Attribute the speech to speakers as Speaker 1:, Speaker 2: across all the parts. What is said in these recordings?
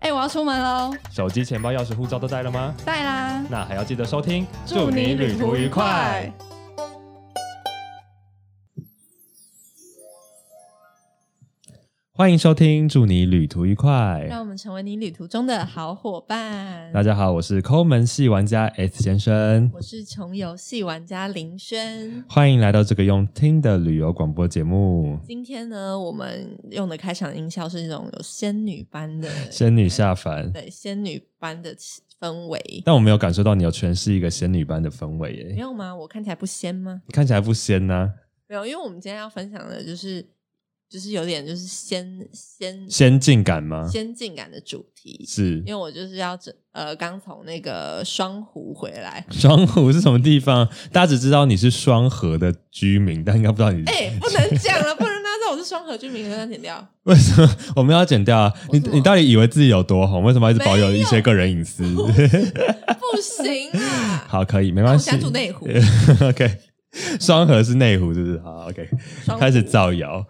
Speaker 1: 哎我要出门喽，
Speaker 2: 手机、钱包、钥匙、护照都带了吗？
Speaker 1: 带啦！
Speaker 2: 那还要记得收听，
Speaker 1: 祝你旅途愉快。
Speaker 2: 欢迎收听，祝你旅途愉快。
Speaker 1: 让我们成为你旅途中的好伙伴。
Speaker 2: 大家好，我是抠门系玩家 S 先生，
Speaker 1: 我是穷游戏玩家林轩。
Speaker 2: 欢迎来到这个用听的旅游广播节目。
Speaker 1: 今天呢，我们用的开场音效是那种有仙女般的
Speaker 2: 仙女下凡，
Speaker 1: 对仙女般的气氛围。
Speaker 2: 但我没有感受到你有诠释一个仙女般的氛围
Speaker 1: 没
Speaker 2: 耶，
Speaker 1: 有吗？我看起来不仙吗？
Speaker 2: 你看起来不仙呐、啊
Speaker 1: 没有，因为我们今天要分享的就是就是有点就是仙仙
Speaker 2: 仙境感吗？
Speaker 1: 仙境感的主题。
Speaker 2: 是
Speaker 1: 因为我就是要整呃刚从那个双湖回来，
Speaker 2: 双湖是什么地方？大家只知道你是双河的居民，但应该不知道你 是、
Speaker 1: 哎、不能讲了，不能拿走我是双河居民，跟他剪掉。
Speaker 2: 为什么 我们要剪掉啊？你
Speaker 1: 为什么
Speaker 2: 你到底以为自己有多红？为什么要一直保有
Speaker 1: 没有
Speaker 2: 一些个人 隐私？
Speaker 1: 不行啊！
Speaker 2: 好，可以，没
Speaker 1: 那我
Speaker 2: 关系。
Speaker 1: 想住内 湖，
Speaker 2: OK，双河是内湖，是不是？好，OK，
Speaker 1: 双湖
Speaker 2: 开始造谣。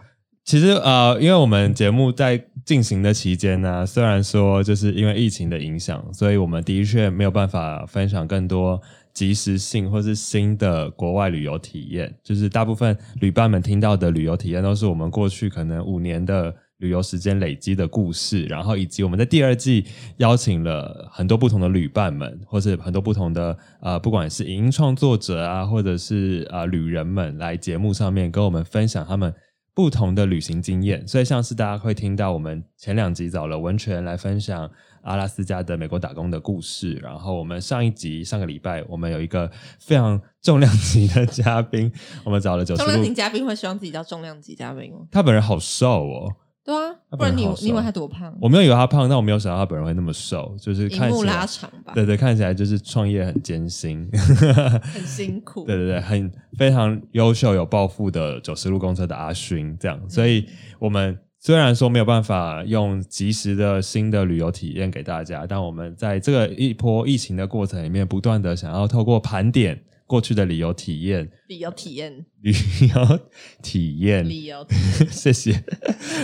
Speaker 2: 其实呃，因为我们节目在进行的期间呢、虽然说就是因为疫情的影响，所以我们的确没有办法分享更多及时性或是新的国外旅游体验。就是大部分旅伴们听到的旅游体验，都是我们过去可能五年的旅游时间累积的故事，然后以及我们在第二季邀请了很多不同的旅伴们，或是很多不同的呃，不管是影音创作者啊，或者是呃旅人们来节目上面跟我们分享他们不同的旅行经验。所以像是大家会听到我们前两集找了文泉来分享阿拉斯加的美国打工的故事，然后我们上一集上个礼拜我们有一个非常重量级的嘉宾， 我们找了九十
Speaker 1: 重量
Speaker 2: 路
Speaker 1: 级，嘉宾会希望自己叫重量级嘉宾吗？
Speaker 2: 他本人好瘦哦。
Speaker 1: 对啊，
Speaker 2: 他
Speaker 1: 不然
Speaker 2: 本人
Speaker 1: 你
Speaker 2: 好瘦
Speaker 1: 你以为他多胖？
Speaker 2: 我没有以为他胖，但我没有想到他本人会那么瘦，就是
Speaker 1: 荧
Speaker 2: 看
Speaker 1: 幕
Speaker 2: 起
Speaker 1: 拉
Speaker 2: 来，
Speaker 1: 长吧，
Speaker 2: 对对，看起来就是创业很艰辛，
Speaker 1: 很辛苦。
Speaker 2: 对对对，很非常优秀、有抱负的九十路公车的阿勋这样，所以我们虽然说没有办法用及时的新的旅游体验给大家，但我们在这个一波疫情的过程里面，不断的想要透过盘点过去的旅游体验、
Speaker 1: 旅游体验，
Speaker 2: 旅游体验、
Speaker 1: 旅游
Speaker 2: 谢谢，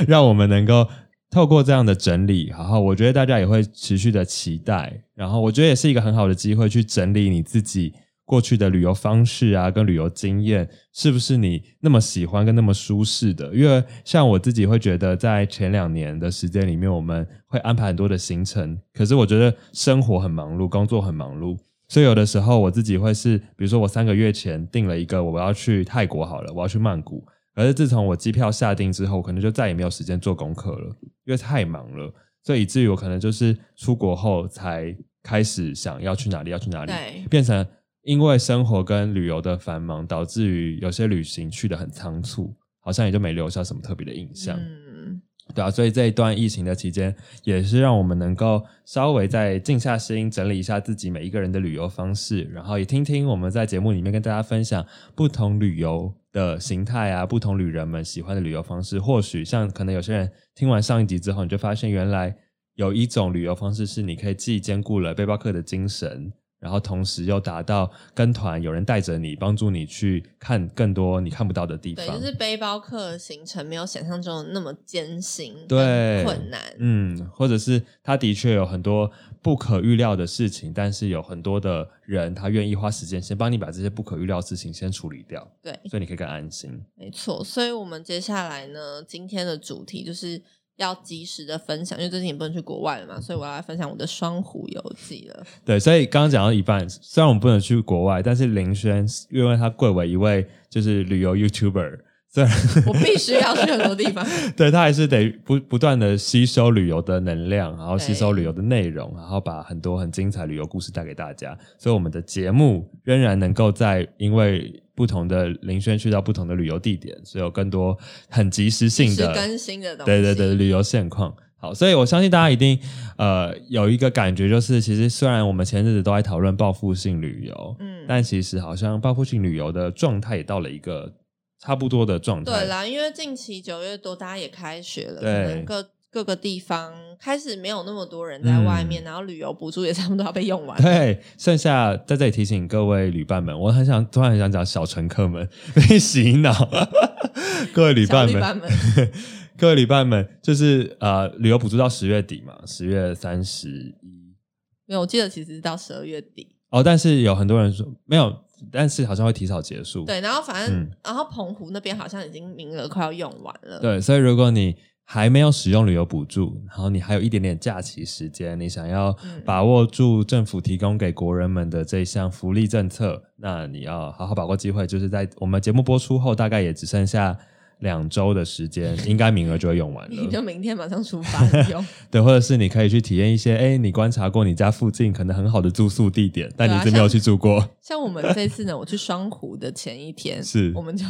Speaker 2: 让我们能够透过这样的整理，然后我觉得大家也会持续的期待，然后我觉得也是一个很好的机会去整理你自己过去的旅游方式啊，跟旅游经验，是不是你那么喜欢跟那么舒适的？因为像我自己会觉得，在前两年的时间里面，我们会安排很多的行程，可是我觉得生活很忙碌，工作很忙碌，所以有的时候我自己会是，比如说我三个月前定了一个我要去泰国好了，我要去曼谷。可是自从我机票下定之后，我可能就再也没有时间做功课了，因为太忙了，所以以至于我可能就是出国后才开始想要去哪里，要去哪里，
Speaker 1: 对
Speaker 2: 变成因为生活跟旅游的繁忙，导致于有些旅行去的很仓促，好像也就没留下什么特别的印象。
Speaker 1: 嗯，
Speaker 2: 对啊，所以这一段疫情的期间，也是让我们能够稍微再静下心，整理一下自己每一个人的旅游方式，然后也听听我们在节目里面跟大家分享不同旅游的形态啊，不同旅人们喜欢的旅游方式。或许像可能有些人听完上一集之后，你就发现原来有一种旅游方式是你可以既兼顾了背包客的精神。然后同时又达到跟团，有人带着你，帮助你去看更多你看不到的地
Speaker 1: 对，
Speaker 2: 方。
Speaker 1: 就是背包客行程没有想象中的那么艰辛，
Speaker 2: 对
Speaker 1: 困难。
Speaker 2: 嗯，或者是他的确有很多不可预料的事情，但是有很多的人他愿意花时间先帮你把这些不可预料的事情先处理掉，
Speaker 1: 对，
Speaker 2: 所以你可以更安心。
Speaker 1: 没错，所以我们接下来呢，今天的主题就是要及时的分享，因为最近也不能去国外了嘛，所以我要来分享我的双湖游记了。
Speaker 2: 对，所以刚刚讲到一半，虽然我们不能去国外，但是林轩因为他贵为一位就是旅游 YouTuber，虽然
Speaker 1: 我必须要去很多地 方，
Speaker 2: 对他还是得不不断的吸收旅游的能量，然后
Speaker 1: 对
Speaker 2: 吸收旅游的内容，然后把很多很精彩旅游故事带给大家。所以我们的节目仍然能够在因为不同的林轩去到不同的旅游地点，所以有更多很及时性
Speaker 1: 是
Speaker 2: 的
Speaker 1: 更新的东西。
Speaker 2: 对对对，旅游现况。好，所以我相信大家一定呃有一个感觉，就是其实虽然我们前阵子都在讨论报复性旅游，
Speaker 1: 嗯，
Speaker 2: 但其实好像报复性旅游的状态也到了一个差不多的状态。
Speaker 1: 对啦，因为近期九月多，大家也开学了，可
Speaker 2: 对
Speaker 1: 能各各个地方开始没有那么多人在外面，然后旅游补助也差不多要被用完。
Speaker 2: 嗯对，剩下在这里提醒各位旅伴们，我很想突然很想讲小乘客们 被洗脑，各位旅伴
Speaker 1: 小
Speaker 2: 们，
Speaker 1: 旅伴们
Speaker 2: 各位旅伴们，就是呃，旅游补助到十月底嘛，十月三十一
Speaker 1: 没有，我记得其实是到十二月底。
Speaker 2: 哦，但是有很多人说没有，但是好像会提早结束。
Speaker 1: 对，然后反正，
Speaker 2: 嗯
Speaker 1: 然后澎湖那边好像已经名额快要用完了。
Speaker 2: 对，所以如果你还没有使用旅游补助，然后你还有一点点假期时间，你想要
Speaker 1: 嗯
Speaker 2: 把握住政府提供给国人们的这项福利政策，那你要好好把握机会。就是在我们节目播出后，大概也只剩下两周的时间，应该名额就会用完
Speaker 1: 你
Speaker 2: 了
Speaker 1: 就。明天马上出 发用，
Speaker 2: 对，或者是你可以去体验一些，哎，你观察过你家附近可能很好的住宿地点，但你
Speaker 1: 对啊
Speaker 2: 一直没有去住过。
Speaker 1: 像我们这次呢，我去双湖的前一天，
Speaker 2: 是
Speaker 1: 我们就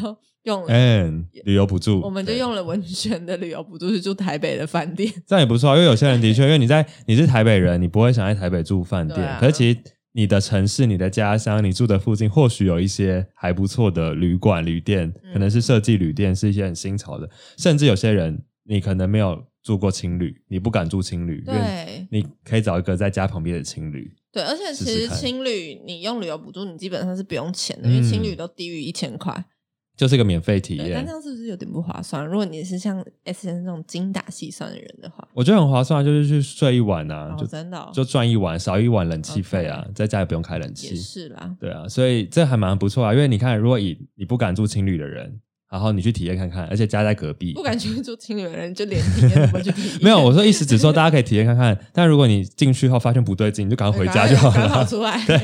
Speaker 1: 用了，
Speaker 2: 嗯，旅游补助，
Speaker 1: 我们就
Speaker 2: 对
Speaker 1: 用了文泉的旅游补助去住台北的饭店。
Speaker 2: 这样也不错啊，因为有些人的确，因为你在你是台北人，你不会想在台北住饭店，
Speaker 1: 对啊
Speaker 2: 可是其实你的城市、你的家乡、你住的附近，或许有一些还不错的旅馆、旅店，
Speaker 1: 嗯
Speaker 2: 可能是设计旅店，是一些很新潮的，甚至有些人你可能没有住过青旅，你不敢住青旅，因为
Speaker 1: 对
Speaker 2: 你可以找一个在家旁边的青旅，
Speaker 1: 对，而且
Speaker 2: 试
Speaker 1: 其
Speaker 2: 试
Speaker 1: 实
Speaker 2: 看
Speaker 1: 青旅你用旅游补助，你基本上是不用钱的，因为
Speaker 2: 嗯
Speaker 1: 青旅都低于一千块。
Speaker 2: 就是一个免费体
Speaker 1: 对，但
Speaker 2: 验
Speaker 1: 这。样是不是有点不划算？如果你是像 S 先生这种精打细算的人的话，
Speaker 2: 我觉得很划算，啊就是去睡一晚啊，
Speaker 1: 哦
Speaker 2: 就
Speaker 1: 真的哦
Speaker 2: 就赚一晚，少一晚冷气费啊，在家也不用开冷
Speaker 1: 也
Speaker 2: 气。
Speaker 1: 是啦。
Speaker 2: 对啊，所以这还蛮不错啊，因为你看，如果以你不敢住情侣的人，然后你去体验看看，而且家在隔壁
Speaker 1: 不，敢去住青旅的人，就连体验都不去体验。
Speaker 2: 没有， 我说意思只说大家可以体验看看，但如果你进去后发现不对劲，你就赶快回家就好
Speaker 1: 赶快跑
Speaker 2: 了，
Speaker 1: 出来。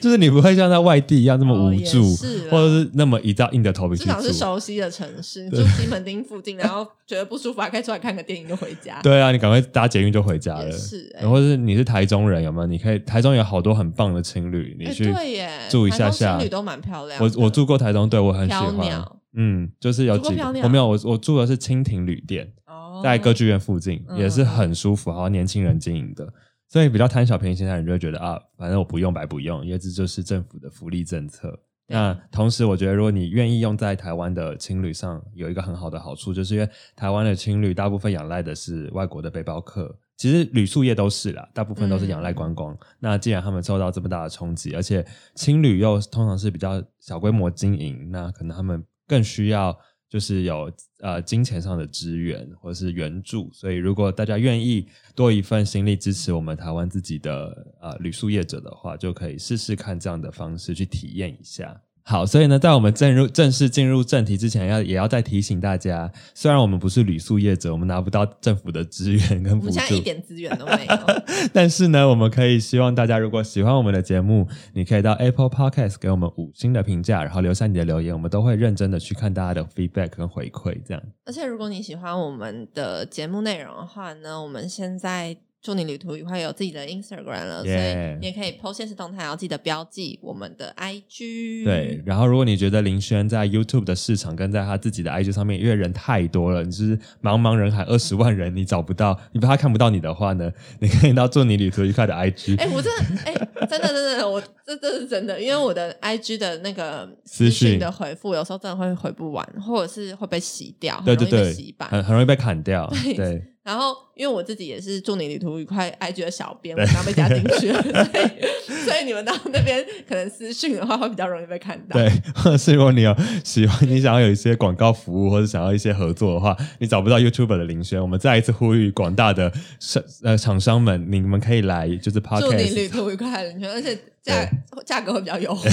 Speaker 2: 就是你不会像在外地一样那么
Speaker 1: 哦
Speaker 2: 无
Speaker 1: 也
Speaker 2: 助，
Speaker 1: 是啦
Speaker 2: 或者是那么一到硬着头皮
Speaker 1: 至
Speaker 2: 去
Speaker 1: 少是
Speaker 2: 住。
Speaker 1: 熟悉的城市，住西门町附近，然后觉得不舒服，还可以出来看个电影就回家。
Speaker 2: 对啊，你赶快搭捷运就回家了
Speaker 1: 也。是欸
Speaker 2: 然后是你是台中人有没有？你可以台中有好多很棒的情侣，
Speaker 1: 哎，
Speaker 2: 你去
Speaker 1: 对耶，
Speaker 2: 住一下
Speaker 1: 台
Speaker 2: 下
Speaker 1: 中青旅。都蛮漂亮的。
Speaker 2: 我我住过台中，对我很喜
Speaker 1: 飘
Speaker 2: 欢。
Speaker 1: 鸟
Speaker 2: 嗯，就是有
Speaker 1: 住过
Speaker 2: 几个
Speaker 1: 飘鸟
Speaker 2: 我没有我我住的是蜻蜓旅店，
Speaker 1: 哦，
Speaker 2: 在歌剧院附近，
Speaker 1: 嗯
Speaker 2: 也是很舒服，然后年轻人经营的，所以比较贪小便宜，现在人就会觉得啊，反正我不用白不用，因为这就是政府的福利政策。
Speaker 1: 对
Speaker 2: 那同时，我觉得如果你愿意用在台湾的青旅上，有一个很好的好处，就是因为台湾的青旅大部分仰赖的是外国的背包客，其实旅宿业都是啦，大部分都是仰赖观光。那既然他们受到这么大的冲击，而且青旅又通常是比较小规模经营，那可能他们更需要就是有呃金钱上的支援或者是援助，所以如果大家愿意多一份心力支持我们台湾自己的呃旅宿业者的话，就可以试试看这样的方式去体验一下。好，所以呢，在我们正入正式进入正题之前要，也要再提醒大家，虽然我们不是旅宿业者，我们拿不到政府的资源跟
Speaker 1: 我们
Speaker 2: 补助，
Speaker 1: 现在一点资源都没有。
Speaker 2: 但是呢，我们可以希望大家如果喜欢我们的节目，你可以到 Apple Podcast 给我们五星的评价，然后留下你的留言，我们都会认真的去看大家的 feedback 跟回馈。这样
Speaker 1: 而且如果你喜欢我们的节目内容的话呢，我们现在祝你旅途愉快有自己的 Instagram 了
Speaker 2: Yeah
Speaker 1: 所以你也可以 PO 现实动态，然后记得标记我们的 IG。
Speaker 2: 对。，然后如果你觉得林轩在 YouTube 的市场跟在他自己的 IG 上面，因为人太多了，你就是茫茫人海二十万人，你找不到，你怕他看不到你的话呢，你可以到祝你旅途愉快的 IG。
Speaker 1: 哎、我真的，哎、真的，真的，我这这是真的，因为我的 I G 的那个
Speaker 2: 私讯
Speaker 1: 讯的回复，有时候真的会回不完，或者是会被洗掉，
Speaker 2: 对
Speaker 1: 很容
Speaker 2: 对
Speaker 1: 易被
Speaker 2: 对
Speaker 1: 洗，版。
Speaker 2: 很很容易被砍掉。
Speaker 1: 对
Speaker 2: 对，
Speaker 1: 然后，因为我自己也是祝你旅途愉快 I G 的小编，我刚刚被加进去 了，所以所以你们到那边可能私讯的话，会比较容易被看到。
Speaker 2: 对，或者是如果你有喜欢，你想要有一些广告服务，或者想要一些合作的话，你找不到 YouTuber 的林轩，我们再一次呼吁广大的商呃厂商们，你们可以来就是 Podcast，
Speaker 1: 祝你 旅途愉快，你觉得而且价价格会比较优惠。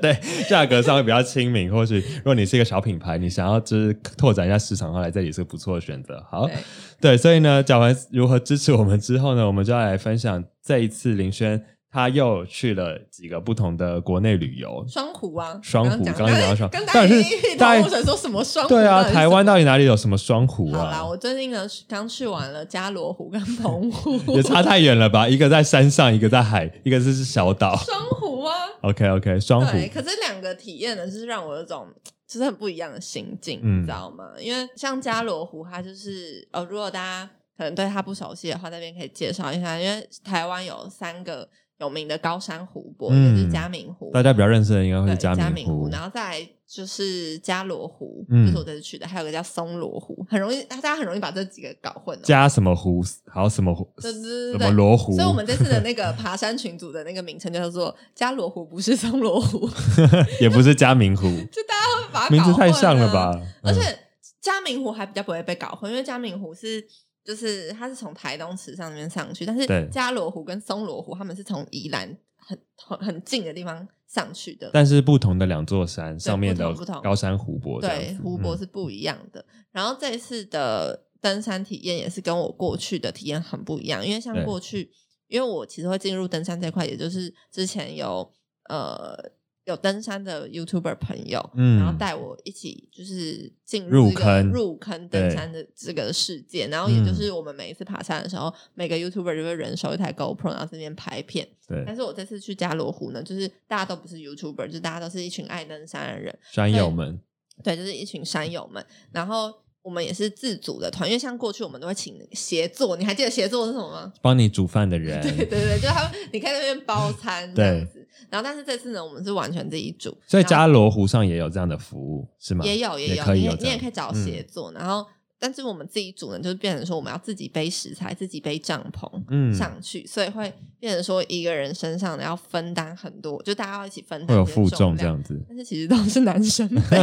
Speaker 2: 对，价格上会比较亲民。或许如果你是一个小品牌，你想要就是拓展一下市场的话，来这里是个不错的选择。好，
Speaker 1: 对
Speaker 2: 对，所以呢，讲完如何支持我们之后呢，我们就要来分享这一次林轩他又去了几个不同的国内旅游。
Speaker 1: 双湖啊，
Speaker 2: 双湖
Speaker 1: 刚
Speaker 2: 刚刚讲到双
Speaker 1: 跟
Speaker 2: 但
Speaker 1: 大家
Speaker 2: 是
Speaker 1: 一
Speaker 2: 但
Speaker 1: 头雾水，说什么双湖？
Speaker 2: 对
Speaker 1: 到
Speaker 2: 啊，
Speaker 1: 底是
Speaker 2: 台湾到底哪里有什么双湖
Speaker 1: 好
Speaker 2: 啊
Speaker 1: 啦，？我最近呢去刚去完了加罗湖 跟澎湖，
Speaker 2: 也差太远了吧？一个在山上，一个在海，一个是是小岛。
Speaker 1: 双湖啊，
Speaker 2: OK OK，双湖
Speaker 1: 对，可是两个体验呢，就是让我有种就是很不一样的心境，
Speaker 2: 嗯
Speaker 1: 你知道吗？因为像加罗湖，它就是呃，如果大家可能对它不熟悉的话，那边可以介绍一下，因为台湾有三个有名的高山湖泊，
Speaker 2: 嗯
Speaker 1: 一个就是嘉明湖，
Speaker 2: 大家比较认识的应该会
Speaker 1: 对
Speaker 2: 是嘉
Speaker 1: 明
Speaker 2: 明湖。
Speaker 1: 然后再来就是加罗湖，
Speaker 2: 嗯
Speaker 1: 就是我这次去的，还有个叫松罗湖，很容易大家很容易把这几个搞混、哦。
Speaker 2: 加什么湖？还有什么湖？
Speaker 1: 对对对
Speaker 2: 什
Speaker 1: 对
Speaker 2: 么罗湖？
Speaker 1: 所以，我们这次的那个爬山群组的那个名称叫做“加罗湖”，不是松罗湖，
Speaker 2: 也不是嘉明湖，
Speaker 1: 就大家会把它搞混啊
Speaker 2: 名字太像了吧？
Speaker 1: 而且
Speaker 2: 嗯，
Speaker 1: 嘉明湖还比较不会被搞混，因为嘉明湖是就是它是从台东池上面上去，但是
Speaker 2: 对
Speaker 1: 嘉罗湖跟松罗湖他们是从宜兰很很很近的地方上去的，
Speaker 2: 但是不同的两座山上面的
Speaker 1: 不同不同
Speaker 2: 高山湖泊这样子，
Speaker 1: 对，湖泊
Speaker 2: 嗯
Speaker 1: 是不一样的。然后这一次的登山体验也是跟我过去的体验很不一样，因为像
Speaker 2: 对
Speaker 1: 过去，因为我其实会进入登山这块，也就是之前有呃有登山的 YouTuber 朋友，
Speaker 2: 嗯
Speaker 1: 然后带我一起就是进
Speaker 2: 入
Speaker 1: 入这个
Speaker 2: 坑嗯
Speaker 1: 入坑登山的这个世界。然后也就是我们每一次爬山的时候，每个 YouTuber 就会人手一台 GoPro，然后这边拍片。但
Speaker 2: 对
Speaker 1: 是我这次去加罗湖呢，就是大家都不是 YouTuber，就大家都是一群爱登山的人。
Speaker 2: 山友们，
Speaker 1: 对，就是一群山友们，然后我们也是自组的团，因为像过去我们都会请协作，你还记得协作是什么吗？
Speaker 2: 帮你煮饭的人，
Speaker 1: 对对对，就他们你可以在那边包餐这样子，然后但是这次呢，我们是完全自己煮，
Speaker 2: 所
Speaker 1: 然
Speaker 2: 以
Speaker 1: 后
Speaker 2: 加罗湖上也有这样的服务是吗？
Speaker 1: 也有也有，
Speaker 2: 可以
Speaker 1: 你
Speaker 2: 有
Speaker 1: 也
Speaker 2: 这
Speaker 1: 你
Speaker 2: 样嗯
Speaker 1: 也可以找协作，然后但是我们自己煮呢，就是变成说我们要自己背食材，自己背帐篷，
Speaker 2: 嗯
Speaker 1: 上去，所以会变成说一个人身上要分担很多，就大家要一起分担
Speaker 2: 会有
Speaker 1: 这些
Speaker 2: 负
Speaker 1: 量
Speaker 2: 重这。样子。
Speaker 1: 但是其实都是男生 背，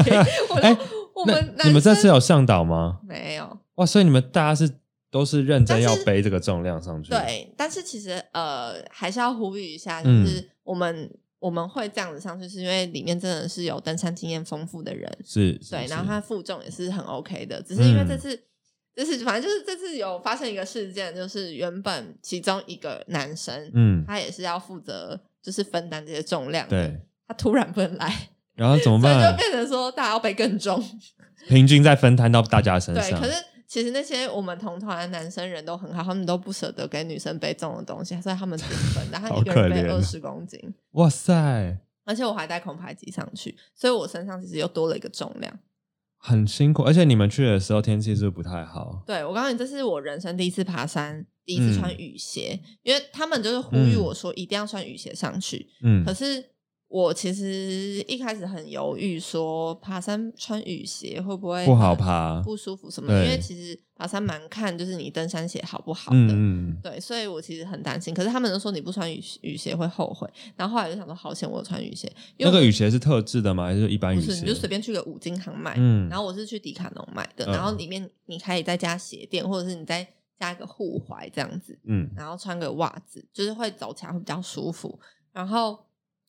Speaker 1: 我说、
Speaker 2: 哎
Speaker 1: 我
Speaker 2: 那
Speaker 1: 们男
Speaker 2: 你们这次
Speaker 1: 生
Speaker 2: 有上岛吗？
Speaker 1: 没有？
Speaker 2: 哇，所以你们大家是都是认真
Speaker 1: 但
Speaker 2: 要
Speaker 1: 是
Speaker 2: 背这个重量上去，，
Speaker 1: 对，但是其实呃，还是要呼吁一下，就
Speaker 2: 嗯
Speaker 1: 是我们、我们会这样子上去，是因为里面真的是有登山经验丰富的人，
Speaker 2: 是，是
Speaker 1: 对，
Speaker 2: 是
Speaker 1: 然后他负重也是很 OK 的，只是因为这
Speaker 2: 嗯
Speaker 1: 次。就是反正就是这次有发生一个事件，就是原本其中一个男生，
Speaker 2: 嗯，
Speaker 1: 他也是要负责就是分担这些重量，，
Speaker 2: 对，
Speaker 1: 他突然不能来，
Speaker 2: 然后怎么
Speaker 1: 嗯所以就
Speaker 2: 办？
Speaker 1: 变成说大家要背更重，
Speaker 2: 平均再分摊到大家身
Speaker 1: 对，
Speaker 2: 上
Speaker 1: 可，是其实那些我们同团的男生人都很好，他们都不舍得给女生背重的东西，所以他们只分， 然后一个
Speaker 2: 好可
Speaker 1: 人背
Speaker 2: 怜哦
Speaker 1: 二十公斤，
Speaker 2: 哇塞，
Speaker 1: 而且我还带空拍机上去，所以我身上其实又多了一个重量。
Speaker 2: 很辛苦，而且你们去的时候天气是不是不太好？
Speaker 1: 对我告诉你，这是我人生第一次爬山，第一次
Speaker 2: 嗯
Speaker 1: 穿雨鞋，因为他们就是呼吁我说一定要穿雨鞋上去，
Speaker 2: 嗯
Speaker 1: 可，是。我其实一开始很犹豫，说爬山穿雨鞋会不会
Speaker 2: 不好爬
Speaker 1: 不舒服什么的？
Speaker 2: 对
Speaker 1: 因为其实爬山蛮看就是你登山鞋好不好的。
Speaker 2: 嗯嗯，
Speaker 1: 对，所以我其实很担心。可是他们都说你不穿雨雨鞋会后悔，然后后来就想说，好险我有穿雨鞋，因
Speaker 2: 那
Speaker 1: 为
Speaker 2: 个
Speaker 1: 我
Speaker 2: 雨鞋是特制的吗？还是一般
Speaker 1: 不
Speaker 2: 雨
Speaker 1: 是
Speaker 2: 鞋？
Speaker 1: 你就随便去个五金行买，
Speaker 2: 嗯
Speaker 1: 然后我是去迪卡侬买的，
Speaker 2: 嗯
Speaker 1: 然后里面你可以再加鞋垫，或者是你再加一个护踝这样子，
Speaker 2: 嗯，
Speaker 1: 然后穿个袜子，就是会走起来会比较舒服。然后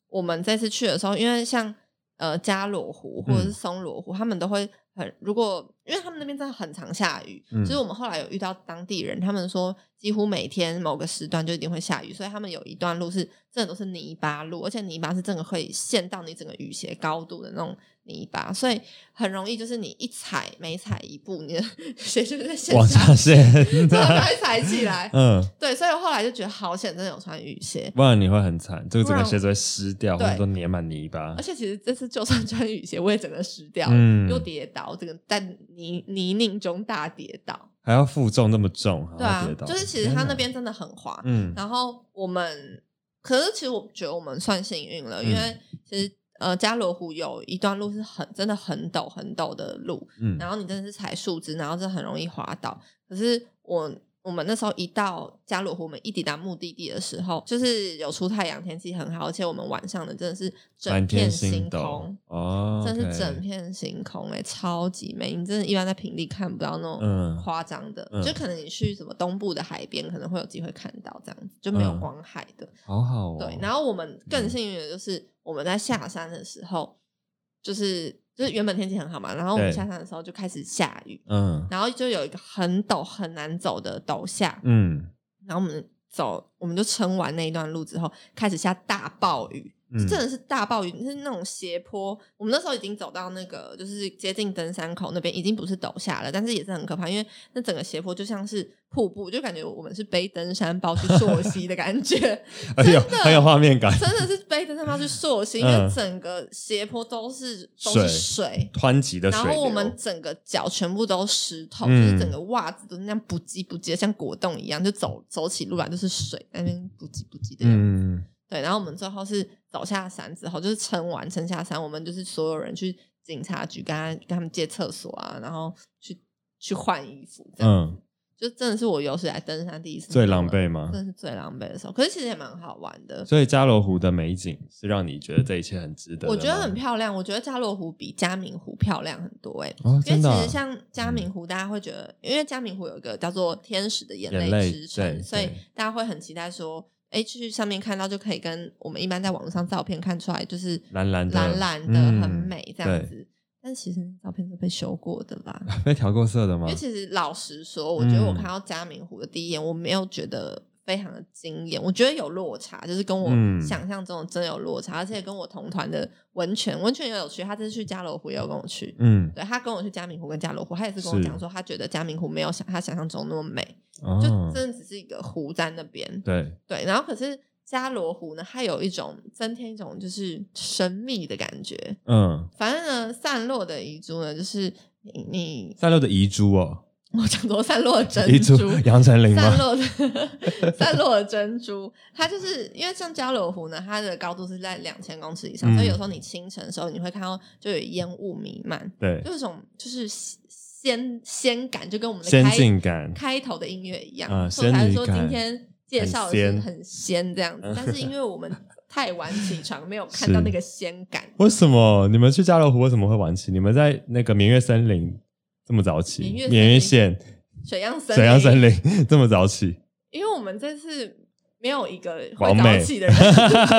Speaker 1: 我们这次去的时候，因为像呃加罗湖或者是
Speaker 2: 嗯
Speaker 1: 松罗湖，他们都会很如果因为他们那边真的很常下雨，
Speaker 2: 嗯
Speaker 1: 就是我们后来有遇到当地人，他们说几乎每天某个时段就一定会下雨，所以他们有一段路是真的都是泥巴路，而且泥巴是真的可以陷到你整个雨鞋高度的那种泥巴，所以很容易就是你一踩每踩一步，你的 鞋就是在陷
Speaker 2: 往
Speaker 1: 下
Speaker 2: 下
Speaker 1: 去，
Speaker 2: 陷，
Speaker 1: 真的 会踩起来。
Speaker 2: 嗯，
Speaker 1: 对，所以我后来就觉得好险，真的有穿雨鞋。
Speaker 2: 不然你会很惨，这个整
Speaker 1: 不
Speaker 2: 个
Speaker 1: 然
Speaker 2: 鞋子会湿掉，或
Speaker 1: 对
Speaker 2: 者说粘满泥巴
Speaker 1: 而。且其实这次就算穿雨鞋，我也整个湿掉了，
Speaker 2: 嗯
Speaker 1: 又跌倒，整个在泥泥泞中大跌倒。
Speaker 2: 还要负重那么重，
Speaker 1: 对
Speaker 2: 还要
Speaker 1: 啊
Speaker 2: 哦跌倒，
Speaker 1: 就是其实
Speaker 2: 天
Speaker 1: 它那
Speaker 2: 哪，
Speaker 1: 边真的很滑。
Speaker 2: 嗯，
Speaker 1: 然后我们，可是其实我觉得我们算幸运了，因
Speaker 2: 嗯
Speaker 1: 为其实呃加罗湖有一段路是很真的很陡很陡的路，
Speaker 2: 嗯
Speaker 1: 然后你真的是踩树枝，然后这很容易滑倒。可是我我们那时候一到加罗湖，我们一抵达目的地的时候，就是有出太阳，天气很好，而且我们晚上的真的是整
Speaker 2: 满天
Speaker 1: 片
Speaker 2: 星斗
Speaker 1: 空，
Speaker 2: 哦，
Speaker 1: 真的
Speaker 2: OK
Speaker 1: 是整片星空哎、超级美！你真的一般在平地看不到那
Speaker 2: 嗯
Speaker 1: 种夸张的，
Speaker 2: 嗯
Speaker 1: 就可能你去什么东部的海边，可能会有机会看到这样子，就没有
Speaker 2: 嗯
Speaker 1: 光海的。
Speaker 2: 好好哦。
Speaker 1: 对，然后我们更幸运的就是我们在下山的时候，就是就是原本天气很好嘛，然后我们
Speaker 2: 对
Speaker 1: 下山的时候就开始下雨，
Speaker 2: 嗯
Speaker 1: 然后就有一个很陡很难走的陡下，
Speaker 2: 嗯，
Speaker 1: 然后我们走，我们就撑完那一段路之后，开始下大暴雨，
Speaker 2: 嗯
Speaker 1: 是真的是大暴雨，是那种斜坡。我们那时候已经走到那个就是接近登山口那边，已经不是陡下了，但是也是很可怕，因为那整个斜坡就像是瀑布，就感觉我们是背登山包去 溯溪的感觉。
Speaker 2: 很有
Speaker 1: 真的
Speaker 2: 哎很有画面感，
Speaker 1: 真的是背着他妈去溯溪，因
Speaker 2: 嗯
Speaker 1: 为整个斜坡都是都是水，
Speaker 2: 湍急的水
Speaker 1: 然
Speaker 2: 流。
Speaker 1: 后我们整个脚全部都湿透，就
Speaker 2: 嗯
Speaker 1: 是整个袜子都是那样不叽不叽的，像果冻一样，就走走起路来都是水，在那边不叽不叽的样子。
Speaker 2: 嗯，
Speaker 1: 对，然后我们最后是走下山之后，就是撑完撑下山，我们就是所有人去警察局跟他跟他们借厕所啊，然后去去换衣服这样。
Speaker 2: 嗯，
Speaker 1: 就真的是我有史以来登山第一次
Speaker 2: 最狼狈吗
Speaker 1: 真？的是最狼狈的时候。可是其实也蛮好玩的，
Speaker 2: 所以加罗湖的美景是让你觉得这一切很值得的吗，
Speaker 1: 我觉得很漂亮。我觉得加洛湖比嘉明湖漂亮很多哎、
Speaker 2: 哦，
Speaker 1: 因为
Speaker 2: 真的啊、
Speaker 1: 其实像嘉明湖，大家会觉得，因为嘉明湖有一个叫做“天使的眼
Speaker 2: 眼泪
Speaker 1: 泪之
Speaker 2: 对
Speaker 1: 城”，所以
Speaker 2: 对
Speaker 1: 大家会很期待说，哎，去上面看到就可以跟我们一般在网络上照片看出来，就是
Speaker 2: 蓝蓝的
Speaker 1: 蓝蓝的，
Speaker 2: 嗯
Speaker 1: 很美这样
Speaker 2: 对
Speaker 1: 子。但其实照片是被修过的啦，
Speaker 2: 被调过色的吗
Speaker 1: 因为？其实老实说，我觉得我
Speaker 2: 嗯
Speaker 1: 看到嘉明湖的第一眼，我没有觉得非常的惊艳，我觉得有落差，就是跟我
Speaker 2: 嗯
Speaker 1: 想象中的真有落差，而且跟我同团的温泉，温泉也有去，他这次去嘉罗湖也有跟我去，
Speaker 2: 嗯，
Speaker 1: 对他跟我去嘉明湖跟嘉罗湖，他也是跟我
Speaker 2: 是
Speaker 1: 讲说，他觉得嘉明湖没有想他想象中那么美，就
Speaker 2: 哦，
Speaker 1: 真的只是一个湖在那边。
Speaker 2: 对，
Speaker 1: 对，然后可是嘉罗湖呢，它有一种增添一种就是神秘的感觉。
Speaker 2: 嗯，
Speaker 1: 反正呢，散落的遗珠呢，就是你你
Speaker 2: 散落的遗珠哦，
Speaker 1: 我讲说散落的珍
Speaker 2: 遗
Speaker 1: 珠
Speaker 2: 珠， 杨丞琳
Speaker 1: 散
Speaker 2: 吗？
Speaker 1: 落的散落的珍珠，它就是因为像加罗湖呢，它的高度是在两千公尺以上，
Speaker 2: 嗯
Speaker 1: 所以有时候你清晨的时候，你会看到就有烟雾弥漫，
Speaker 2: 对，
Speaker 1: 就是种就是仙仙感，就跟我们的
Speaker 2: 先
Speaker 1: 开
Speaker 2: 进感，
Speaker 1: 开头的音乐一样，
Speaker 2: 啊
Speaker 1: 所以我才
Speaker 2: 仙女
Speaker 1: 说今
Speaker 2: 感
Speaker 1: 天介绍的
Speaker 2: 很
Speaker 1: 是
Speaker 2: 仙
Speaker 1: 很仙这样子
Speaker 2: 嗯，
Speaker 1: 但是因为我们太晚起床，没有看到
Speaker 2: 是
Speaker 1: 那个仙感。
Speaker 2: 为什么你们去加罗湖为什么会晚起？你们在那个明月森林这么早起？
Speaker 1: 明月森林
Speaker 2: 明月县、
Speaker 1: 水漾森，
Speaker 2: 沈阳森，林 这么早起？
Speaker 1: 因为我们这次没有一个会
Speaker 2: 完美
Speaker 1: 早起的 人，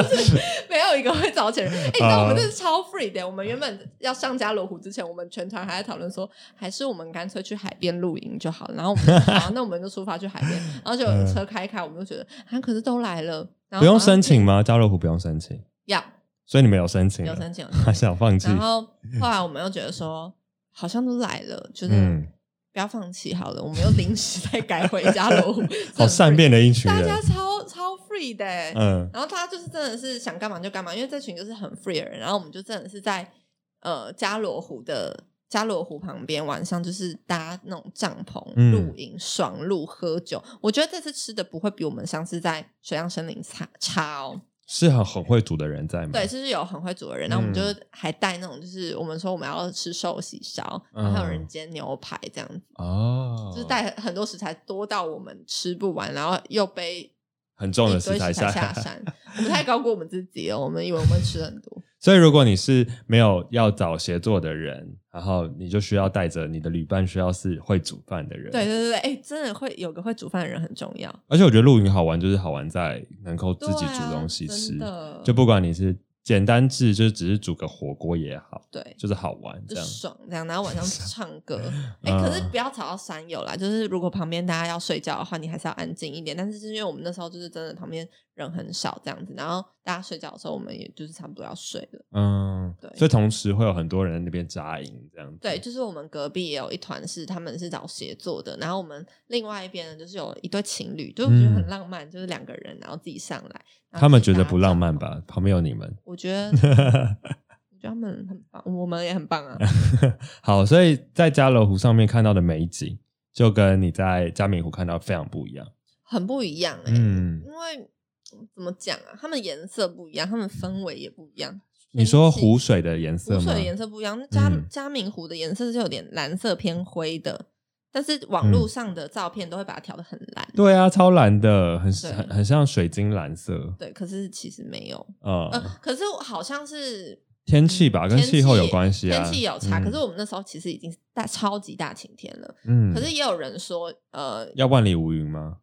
Speaker 1: 就是没有一个会早起的人。哎、你知道我们
Speaker 2: 啊
Speaker 1: 这是超 free 的。我们原本要上加罗湖之前，我们全团还在讨论说，还是我们干脆去海边露营就好了。然后我们就说好，那我们就出发去海边。然后就有车开开，我们就觉得啊，可是都来了，然后
Speaker 2: 嗯不用
Speaker 1: 好像
Speaker 2: 申请吗？加罗湖不用申请，
Speaker 1: 要
Speaker 2: 所以你们有申请了？
Speaker 1: 有申请，有申
Speaker 2: 还想放弃
Speaker 1: 请？然后 后来我们又觉得说，好像都来了，就是。
Speaker 2: 嗯
Speaker 1: 不要放弃好了，我们又临时再改回加罗湖，
Speaker 2: 好善变的一群
Speaker 1: 大
Speaker 2: 人。
Speaker 1: 家超超 free 的、欸，
Speaker 2: 嗯，
Speaker 1: 然后他就是真的是想干嘛就干嘛，因为这群就是很 free 的人。然后我们就真的是在呃加罗湖的加罗湖旁边，晚上就是搭那种帐篷
Speaker 2: 嗯
Speaker 1: 露营、爽露、喝酒。我觉得这次吃的不会比我们上次在水漾森林差差哦。
Speaker 2: 是很很会煮的人在吗？
Speaker 1: 对，就是有很会煮的人，然后我们就
Speaker 2: 嗯
Speaker 1: 还带那种，就是我们说我们要吃寿喜烧，然后还有人煎牛排这样子，
Speaker 2: 嗯哦，
Speaker 1: 就是带很多食材多到我们吃不完，然后又被。
Speaker 2: 很重的
Speaker 1: 一堆
Speaker 2: 食材
Speaker 1: 下
Speaker 2: 下来。
Speaker 1: 山，我们太高估我们自己了，我们以为我们吃很多。
Speaker 2: 所以，如果你是没有要找协作的人，然后你就需要带着你的旅伴，需要是会煮饭的人。
Speaker 1: 对对对对，哎、真的会有个会煮饭的人很重要，
Speaker 2: 而且我觉得露营好玩，就是好玩在能够自
Speaker 1: 对
Speaker 2: 己煮
Speaker 1: 啊
Speaker 2: 东西吃，
Speaker 1: 真的
Speaker 2: 就不管你是简单制，就是只是煮个火锅也好，
Speaker 1: 对，
Speaker 2: 就是好玩
Speaker 1: 就
Speaker 2: 这样。嗯
Speaker 1: 爽这样，然后 晚上唱歌。哎、可是不要吵到山友啦，就是如果旁边大家要睡觉的话，你还是要安静一点。但是就是因为我们那时候就是真的旁边人很少这样子，然后大家睡觉的时候，我们也就是差不多要睡了。
Speaker 2: 嗯，
Speaker 1: 对
Speaker 2: 所以同时会有很多人在那边扎营这样子。
Speaker 1: 对，就是我们隔壁也有一团是他们是找协作的，然后我们另外一边呢就是有一对情侣，就是我觉得很
Speaker 2: 嗯
Speaker 1: 浪漫，就是两个人然后自己上来，然后
Speaker 2: 他们
Speaker 1: 自己
Speaker 2: 觉得
Speaker 1: 搭
Speaker 2: 不浪
Speaker 1: 帐
Speaker 2: 漫
Speaker 1: 篷？
Speaker 2: 吧？旁边有你们。
Speaker 1: 我觉得，我觉得他们很棒，我们也很棒 啊。
Speaker 2: 好，所以在嘉楼湖上面看到的美景，就跟你在嘉明湖看到非常不一样。
Speaker 1: 很不一样哎、
Speaker 2: 嗯，
Speaker 1: 因为嗯怎么讲啊？他们颜色不一样，他们氛围也不一样。
Speaker 2: 你说
Speaker 1: 气
Speaker 2: 湖水的颜色
Speaker 1: 湖
Speaker 2: 吗
Speaker 1: 水？的颜色不一样，那嘉
Speaker 2: 嗯
Speaker 1: 嘉明湖的颜色是有点蓝色偏灰的，但是网络
Speaker 2: 嗯
Speaker 1: 上的照片都会把它调的很蓝。
Speaker 2: 对啊，超蓝的，很
Speaker 1: 对
Speaker 2: 很很像水晶蓝色。
Speaker 1: 对，可是其实没有，
Speaker 2: 嗯，
Speaker 1: 呃，可是好像是
Speaker 2: 天气吧，跟
Speaker 1: 天
Speaker 2: 气候有关系啊。
Speaker 1: 天气有差。
Speaker 2: 嗯
Speaker 1: 可是我们那时候其实已经是大超级大晴天了，
Speaker 2: 嗯
Speaker 1: 可是也有人说，呃，
Speaker 2: 要万里无云吗？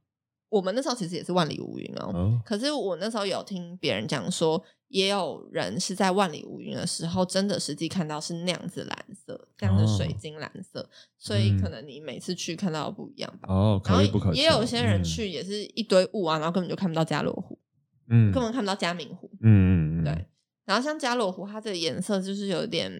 Speaker 1: 我们那时候其实也是万里无云哦，
Speaker 2: 哦，
Speaker 1: 可是我那时候有听别人讲说，也有人是在万里无云的时候，真的实际看到是那样子蓝色，这样的
Speaker 2: 哦
Speaker 1: 水晶蓝色，所以
Speaker 2: 嗯
Speaker 1: 可能你每次去看到的不一样吧。
Speaker 2: 哦，
Speaker 1: 然
Speaker 2: 可
Speaker 1: 后
Speaker 2: 遇不可求。
Speaker 1: 也有些人去也是一堆雾啊，然后根本就看不到加罗湖，
Speaker 2: 嗯，
Speaker 1: 根
Speaker 2: 嗯
Speaker 1: 本看不到嘉明湖。
Speaker 2: 嗯嗯嗯，
Speaker 1: 对，然后像加罗湖，它这个颜色就是有点，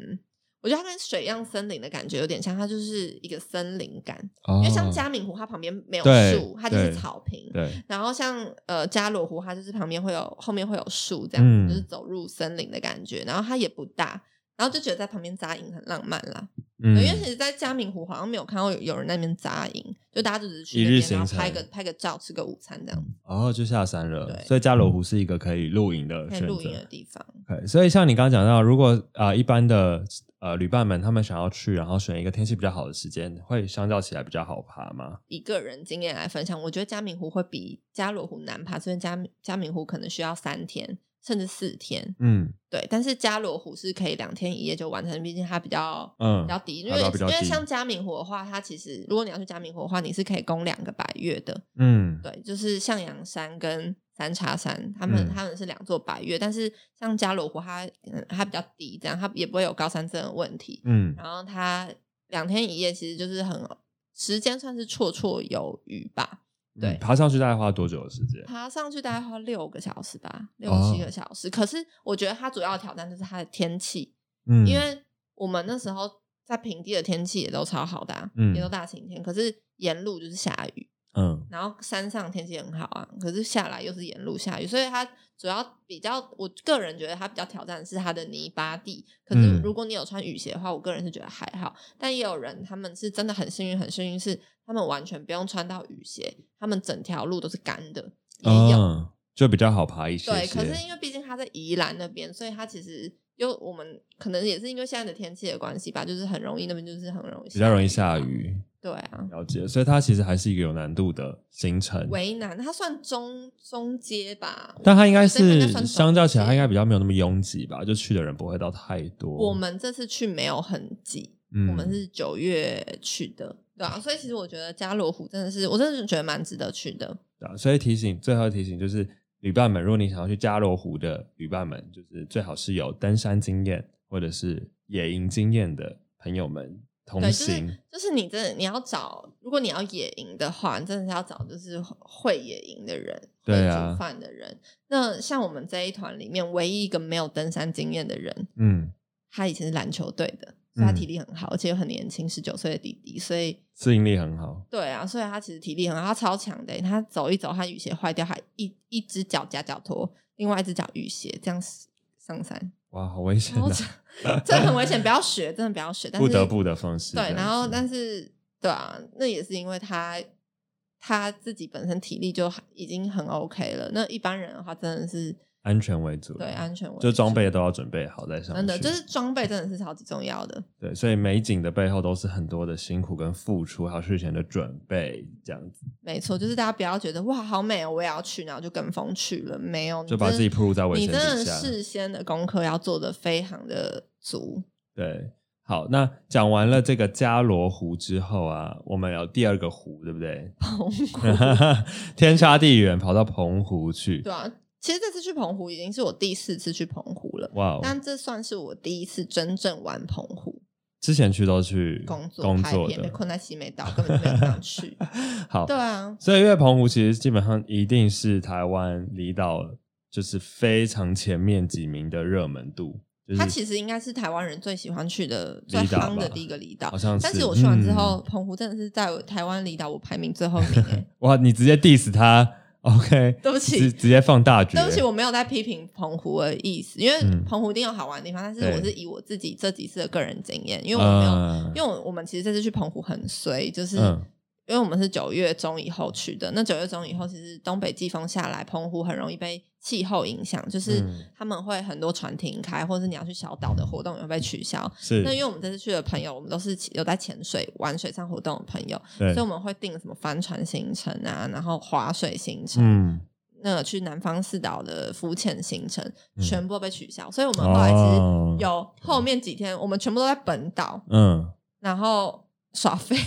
Speaker 1: 我觉得它跟水漾森林的感觉有点像，它就是一个森林感。
Speaker 2: 哦，
Speaker 1: 因为像嘉明湖，它旁边没有
Speaker 2: 对
Speaker 1: 树，它就是
Speaker 2: 对
Speaker 1: 草坪。
Speaker 2: 对，
Speaker 1: 然后像呃加罗湖，它就是旁边会有后面会有树，这样子、
Speaker 2: 嗯
Speaker 1: 就是走入森林的感觉。然后它也不大，然后就觉得在旁边扎营很浪漫啦。
Speaker 2: 嗯
Speaker 1: 对因为其实，在嘉明湖好像没有看到有有人在那边扎营，就大家就只是去
Speaker 2: 一
Speaker 1: 那
Speaker 2: 日
Speaker 1: 边然
Speaker 2: 行
Speaker 1: 后拍
Speaker 2: 程
Speaker 1: 个拍个照，吃个午餐这样子，
Speaker 2: 哦就下山了，
Speaker 1: 对
Speaker 2: 所以加罗湖是一个可以露营的
Speaker 1: 可以
Speaker 2: 选择。
Speaker 1: 露营的地方。
Speaker 2: OK，所以像你刚刚讲到，如果啊、呃一般的呃旅伴们他们想要去，然后选一个天气比较好的时间，会相较起来比较好爬吗？
Speaker 1: 以个人经验来分享，我觉得嘉明湖会比嘉罗湖难爬，虽然嘉嘉明湖可能需要三天甚至四天，
Speaker 2: 嗯
Speaker 1: 对，但是嘉罗湖是可以两天一夜就完成，毕竟它比较。
Speaker 2: 嗯
Speaker 1: 比较低，因
Speaker 2: 海
Speaker 1: 为
Speaker 2: 拔比较
Speaker 1: 因为
Speaker 2: 低
Speaker 1: 像嘉明湖的话，它其实如果你要去嘉明湖的话，你是可以攻两个百月的，
Speaker 2: 嗯
Speaker 1: 对，就是向阳山跟三叉山，他们、
Speaker 2: 嗯
Speaker 1: 他们是两座百岳，但是像加罗湖它嗯它比较低，这样它也不会有高山症的问题。
Speaker 2: 嗯
Speaker 1: 然后它两天一夜其实就是很时间算是绰绰有余吧，对
Speaker 2: 嗯爬上去大概花多久的时间？
Speaker 1: 爬上去大概花六个小时吧，六
Speaker 2: 哦
Speaker 1: 七个小时。可是我觉得它主要的挑战就是它的天气，
Speaker 2: 嗯
Speaker 1: 因为我们那时候在平地的天气也都超好的、啊，
Speaker 2: 嗯
Speaker 1: 也都大晴天，可是沿路就是下雨，
Speaker 2: 嗯
Speaker 1: 然后山上天气很好啊，可是下来又是沿路下雨，所以它主要比较，我个人觉得它比较挑战的是它的泥巴地。可是
Speaker 2: 嗯
Speaker 1: 如果你有穿雨鞋的话，我个人是觉得还好。但也有人他们是真的很幸运，很幸运是他们完全不用穿到雨鞋，他们整条路都是干的，也有。
Speaker 2: 嗯，就比较好爬一些
Speaker 1: 对，
Speaker 2: 些
Speaker 1: 可是因为毕竟它在宜兰那边，所以它其实就我们可能也是因为现在的天气的关系吧，就是很容易那边就是很容易
Speaker 2: 比较容易
Speaker 1: 嘛
Speaker 2: 下。雨，
Speaker 1: 对啊，
Speaker 2: 了解，所以它其实还是一个有难度的行程。
Speaker 1: 为难，它算中中阶吧。
Speaker 2: 但它应该
Speaker 1: 这应该
Speaker 2: 是
Speaker 1: 算短
Speaker 2: 相较起来，它应该比较没有那么拥挤吧？就去的人不会到太多。
Speaker 1: 我们这次去没有很挤，
Speaker 2: 哦嗯
Speaker 1: 我们是九月去的，对啊，所以其实我觉得加罗湖真的是，我真的是觉得蛮值得去的。
Speaker 2: 对啊所以提醒最后提醒就是，旅伴们，如果你想要去加罗湖的旅伴们，就是最好是有登山经验或者是野营经验的朋友们同
Speaker 1: 对，就
Speaker 2: 行
Speaker 1: 是。就是你真的你要找，如果你要野营的话，你真的是要找就是会野营的人，
Speaker 2: 对
Speaker 1: 会
Speaker 2: 啊
Speaker 1: 煮饭的人。那像我们这一团里面，唯一一个没有登山经验的人，
Speaker 2: 嗯，
Speaker 1: 他以前是篮球队的，所以他
Speaker 2: 嗯
Speaker 1: 体力很好，而且又很年轻，十九岁的弟弟，所以
Speaker 2: 适应力很好。
Speaker 1: 对啊，所以他其实体力很好，他超强的欸。他走一走，他雨鞋坏掉，他一一只脚夹脚拖，另外一只脚雨鞋，这样上山，
Speaker 2: 哇，好危险
Speaker 1: 超
Speaker 2: 的，
Speaker 1: 强，真的很危险，不要学，真的不要学。但是
Speaker 2: 不得不的方式。
Speaker 1: 对，然后但
Speaker 2: 是
Speaker 1: 是对啊，那也是因为他他自己本身体力就已经很 OK 了。那一般人的话，真的是
Speaker 2: 安全为主，
Speaker 1: 对安全为
Speaker 2: 就装
Speaker 1: 主
Speaker 2: 备都要准备好再上去。
Speaker 1: 真的就是装备真的是超级重要的。
Speaker 2: 对，所以美景的背后都是很多的辛苦跟付出，还有事前的准备，这样子
Speaker 1: 没错，就是大家不要觉得哇好美哦，我也要去，然后就跟风去了。没有，你
Speaker 2: 就把
Speaker 1: 真的
Speaker 2: 自己暴露在危
Speaker 1: 你
Speaker 2: 险
Speaker 1: 真
Speaker 2: 底
Speaker 1: 的
Speaker 2: 下。
Speaker 1: 事先的功课要做的非常的足。
Speaker 2: 对，好，那讲完了这个加罗湖之后啊，我们有第二个湖，对不对？
Speaker 1: 澎湖，
Speaker 2: 天差地远，跑到澎湖去
Speaker 1: 对，啊，其实这次去澎湖已经是我第四次去澎湖了，
Speaker 2: 哇、哦！
Speaker 1: 但这算是我第一次真正玩澎湖
Speaker 2: 之前去都去
Speaker 1: 工作
Speaker 2: 嗯工
Speaker 1: 拍
Speaker 2: 作
Speaker 1: 片，被
Speaker 2: 的，
Speaker 1: 困在西美岛，根本就没想去。
Speaker 2: 好，
Speaker 1: 对啊，
Speaker 2: 所以因为澎湖其实基本上一定是台湾离岛就是非常前面几名的热门度，就是
Speaker 1: 它其实应该是台湾人最喜欢去的、最
Speaker 2: 离岛吧
Speaker 1: 夯的第一个离岛
Speaker 2: 好。像
Speaker 1: 但
Speaker 2: 是嗯
Speaker 1: 是我嗯去完之后，澎湖真的是在我台湾离岛我排名最后一 名、欸，
Speaker 2: 哇，你直接 diss 他，OK？
Speaker 1: 对不起
Speaker 2: 直直接放大绝。
Speaker 1: 对不起，我没有在批评澎湖的意思，因为
Speaker 2: 嗯
Speaker 1: 澎湖一定有好玩的地方，但是
Speaker 2: 对
Speaker 1: 我是以我自己这几次的个人经验，因为我没有，
Speaker 2: 啊
Speaker 1: 因为我我们其实这次去澎湖很衰，就是、
Speaker 2: 嗯
Speaker 1: 因为我们是九月中以后去的，那九月中以后，其实东北季风下来，澎湖很容易被气候影响，就是
Speaker 2: 嗯
Speaker 1: 他们会很多船停开，或者是你要去小岛的活动也会被取消。
Speaker 2: 是
Speaker 1: 那因为我们这次去的朋友，我们都是有在潜水、玩水上活动的朋友，
Speaker 2: 对
Speaker 1: 所以我们会定什么帆船行程啊，然后划水行程，啊
Speaker 2: 嗯
Speaker 1: 那去南方四岛的浮潜行程
Speaker 2: 嗯
Speaker 1: 全部都被取消，所以我们后来其
Speaker 2: 哦
Speaker 1: 实有后面几天，我们全部都在本岛，
Speaker 2: 嗯
Speaker 1: 然后耍 废，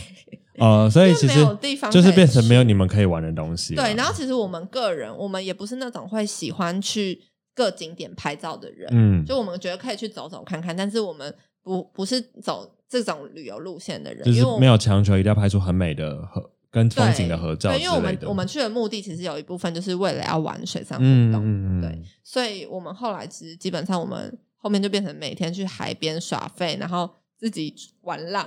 Speaker 2: 哦，所以其
Speaker 1: 因为
Speaker 2: 实
Speaker 1: 没有地方
Speaker 2: 就是
Speaker 1: 可以
Speaker 2: 变成没有
Speaker 1: 去
Speaker 2: 你们可以玩的东西啦。
Speaker 1: 对。然后其实我们个人，我们也不是那种会喜欢去各景点拍照的人，
Speaker 2: 嗯，
Speaker 1: 就我们觉得可以去走走看看，但是我们不不是走这种旅游路线的人，
Speaker 2: 就
Speaker 1: 因
Speaker 2: 是
Speaker 1: 为我
Speaker 2: 没
Speaker 1: 们。
Speaker 2: 有强求一定要拍出很美的合跟
Speaker 1: 对
Speaker 2: 风景的合照之
Speaker 1: 对，因为我
Speaker 2: 类
Speaker 1: 们
Speaker 2: 的。
Speaker 1: 我们去的目的其实有一部分就是为了要玩水上活
Speaker 2: 嗯
Speaker 1: 动，
Speaker 2: 嗯嗯
Speaker 1: 对，所以我们后来其实基本上我们后面就变成每天去海边耍废，然后自己玩 浪，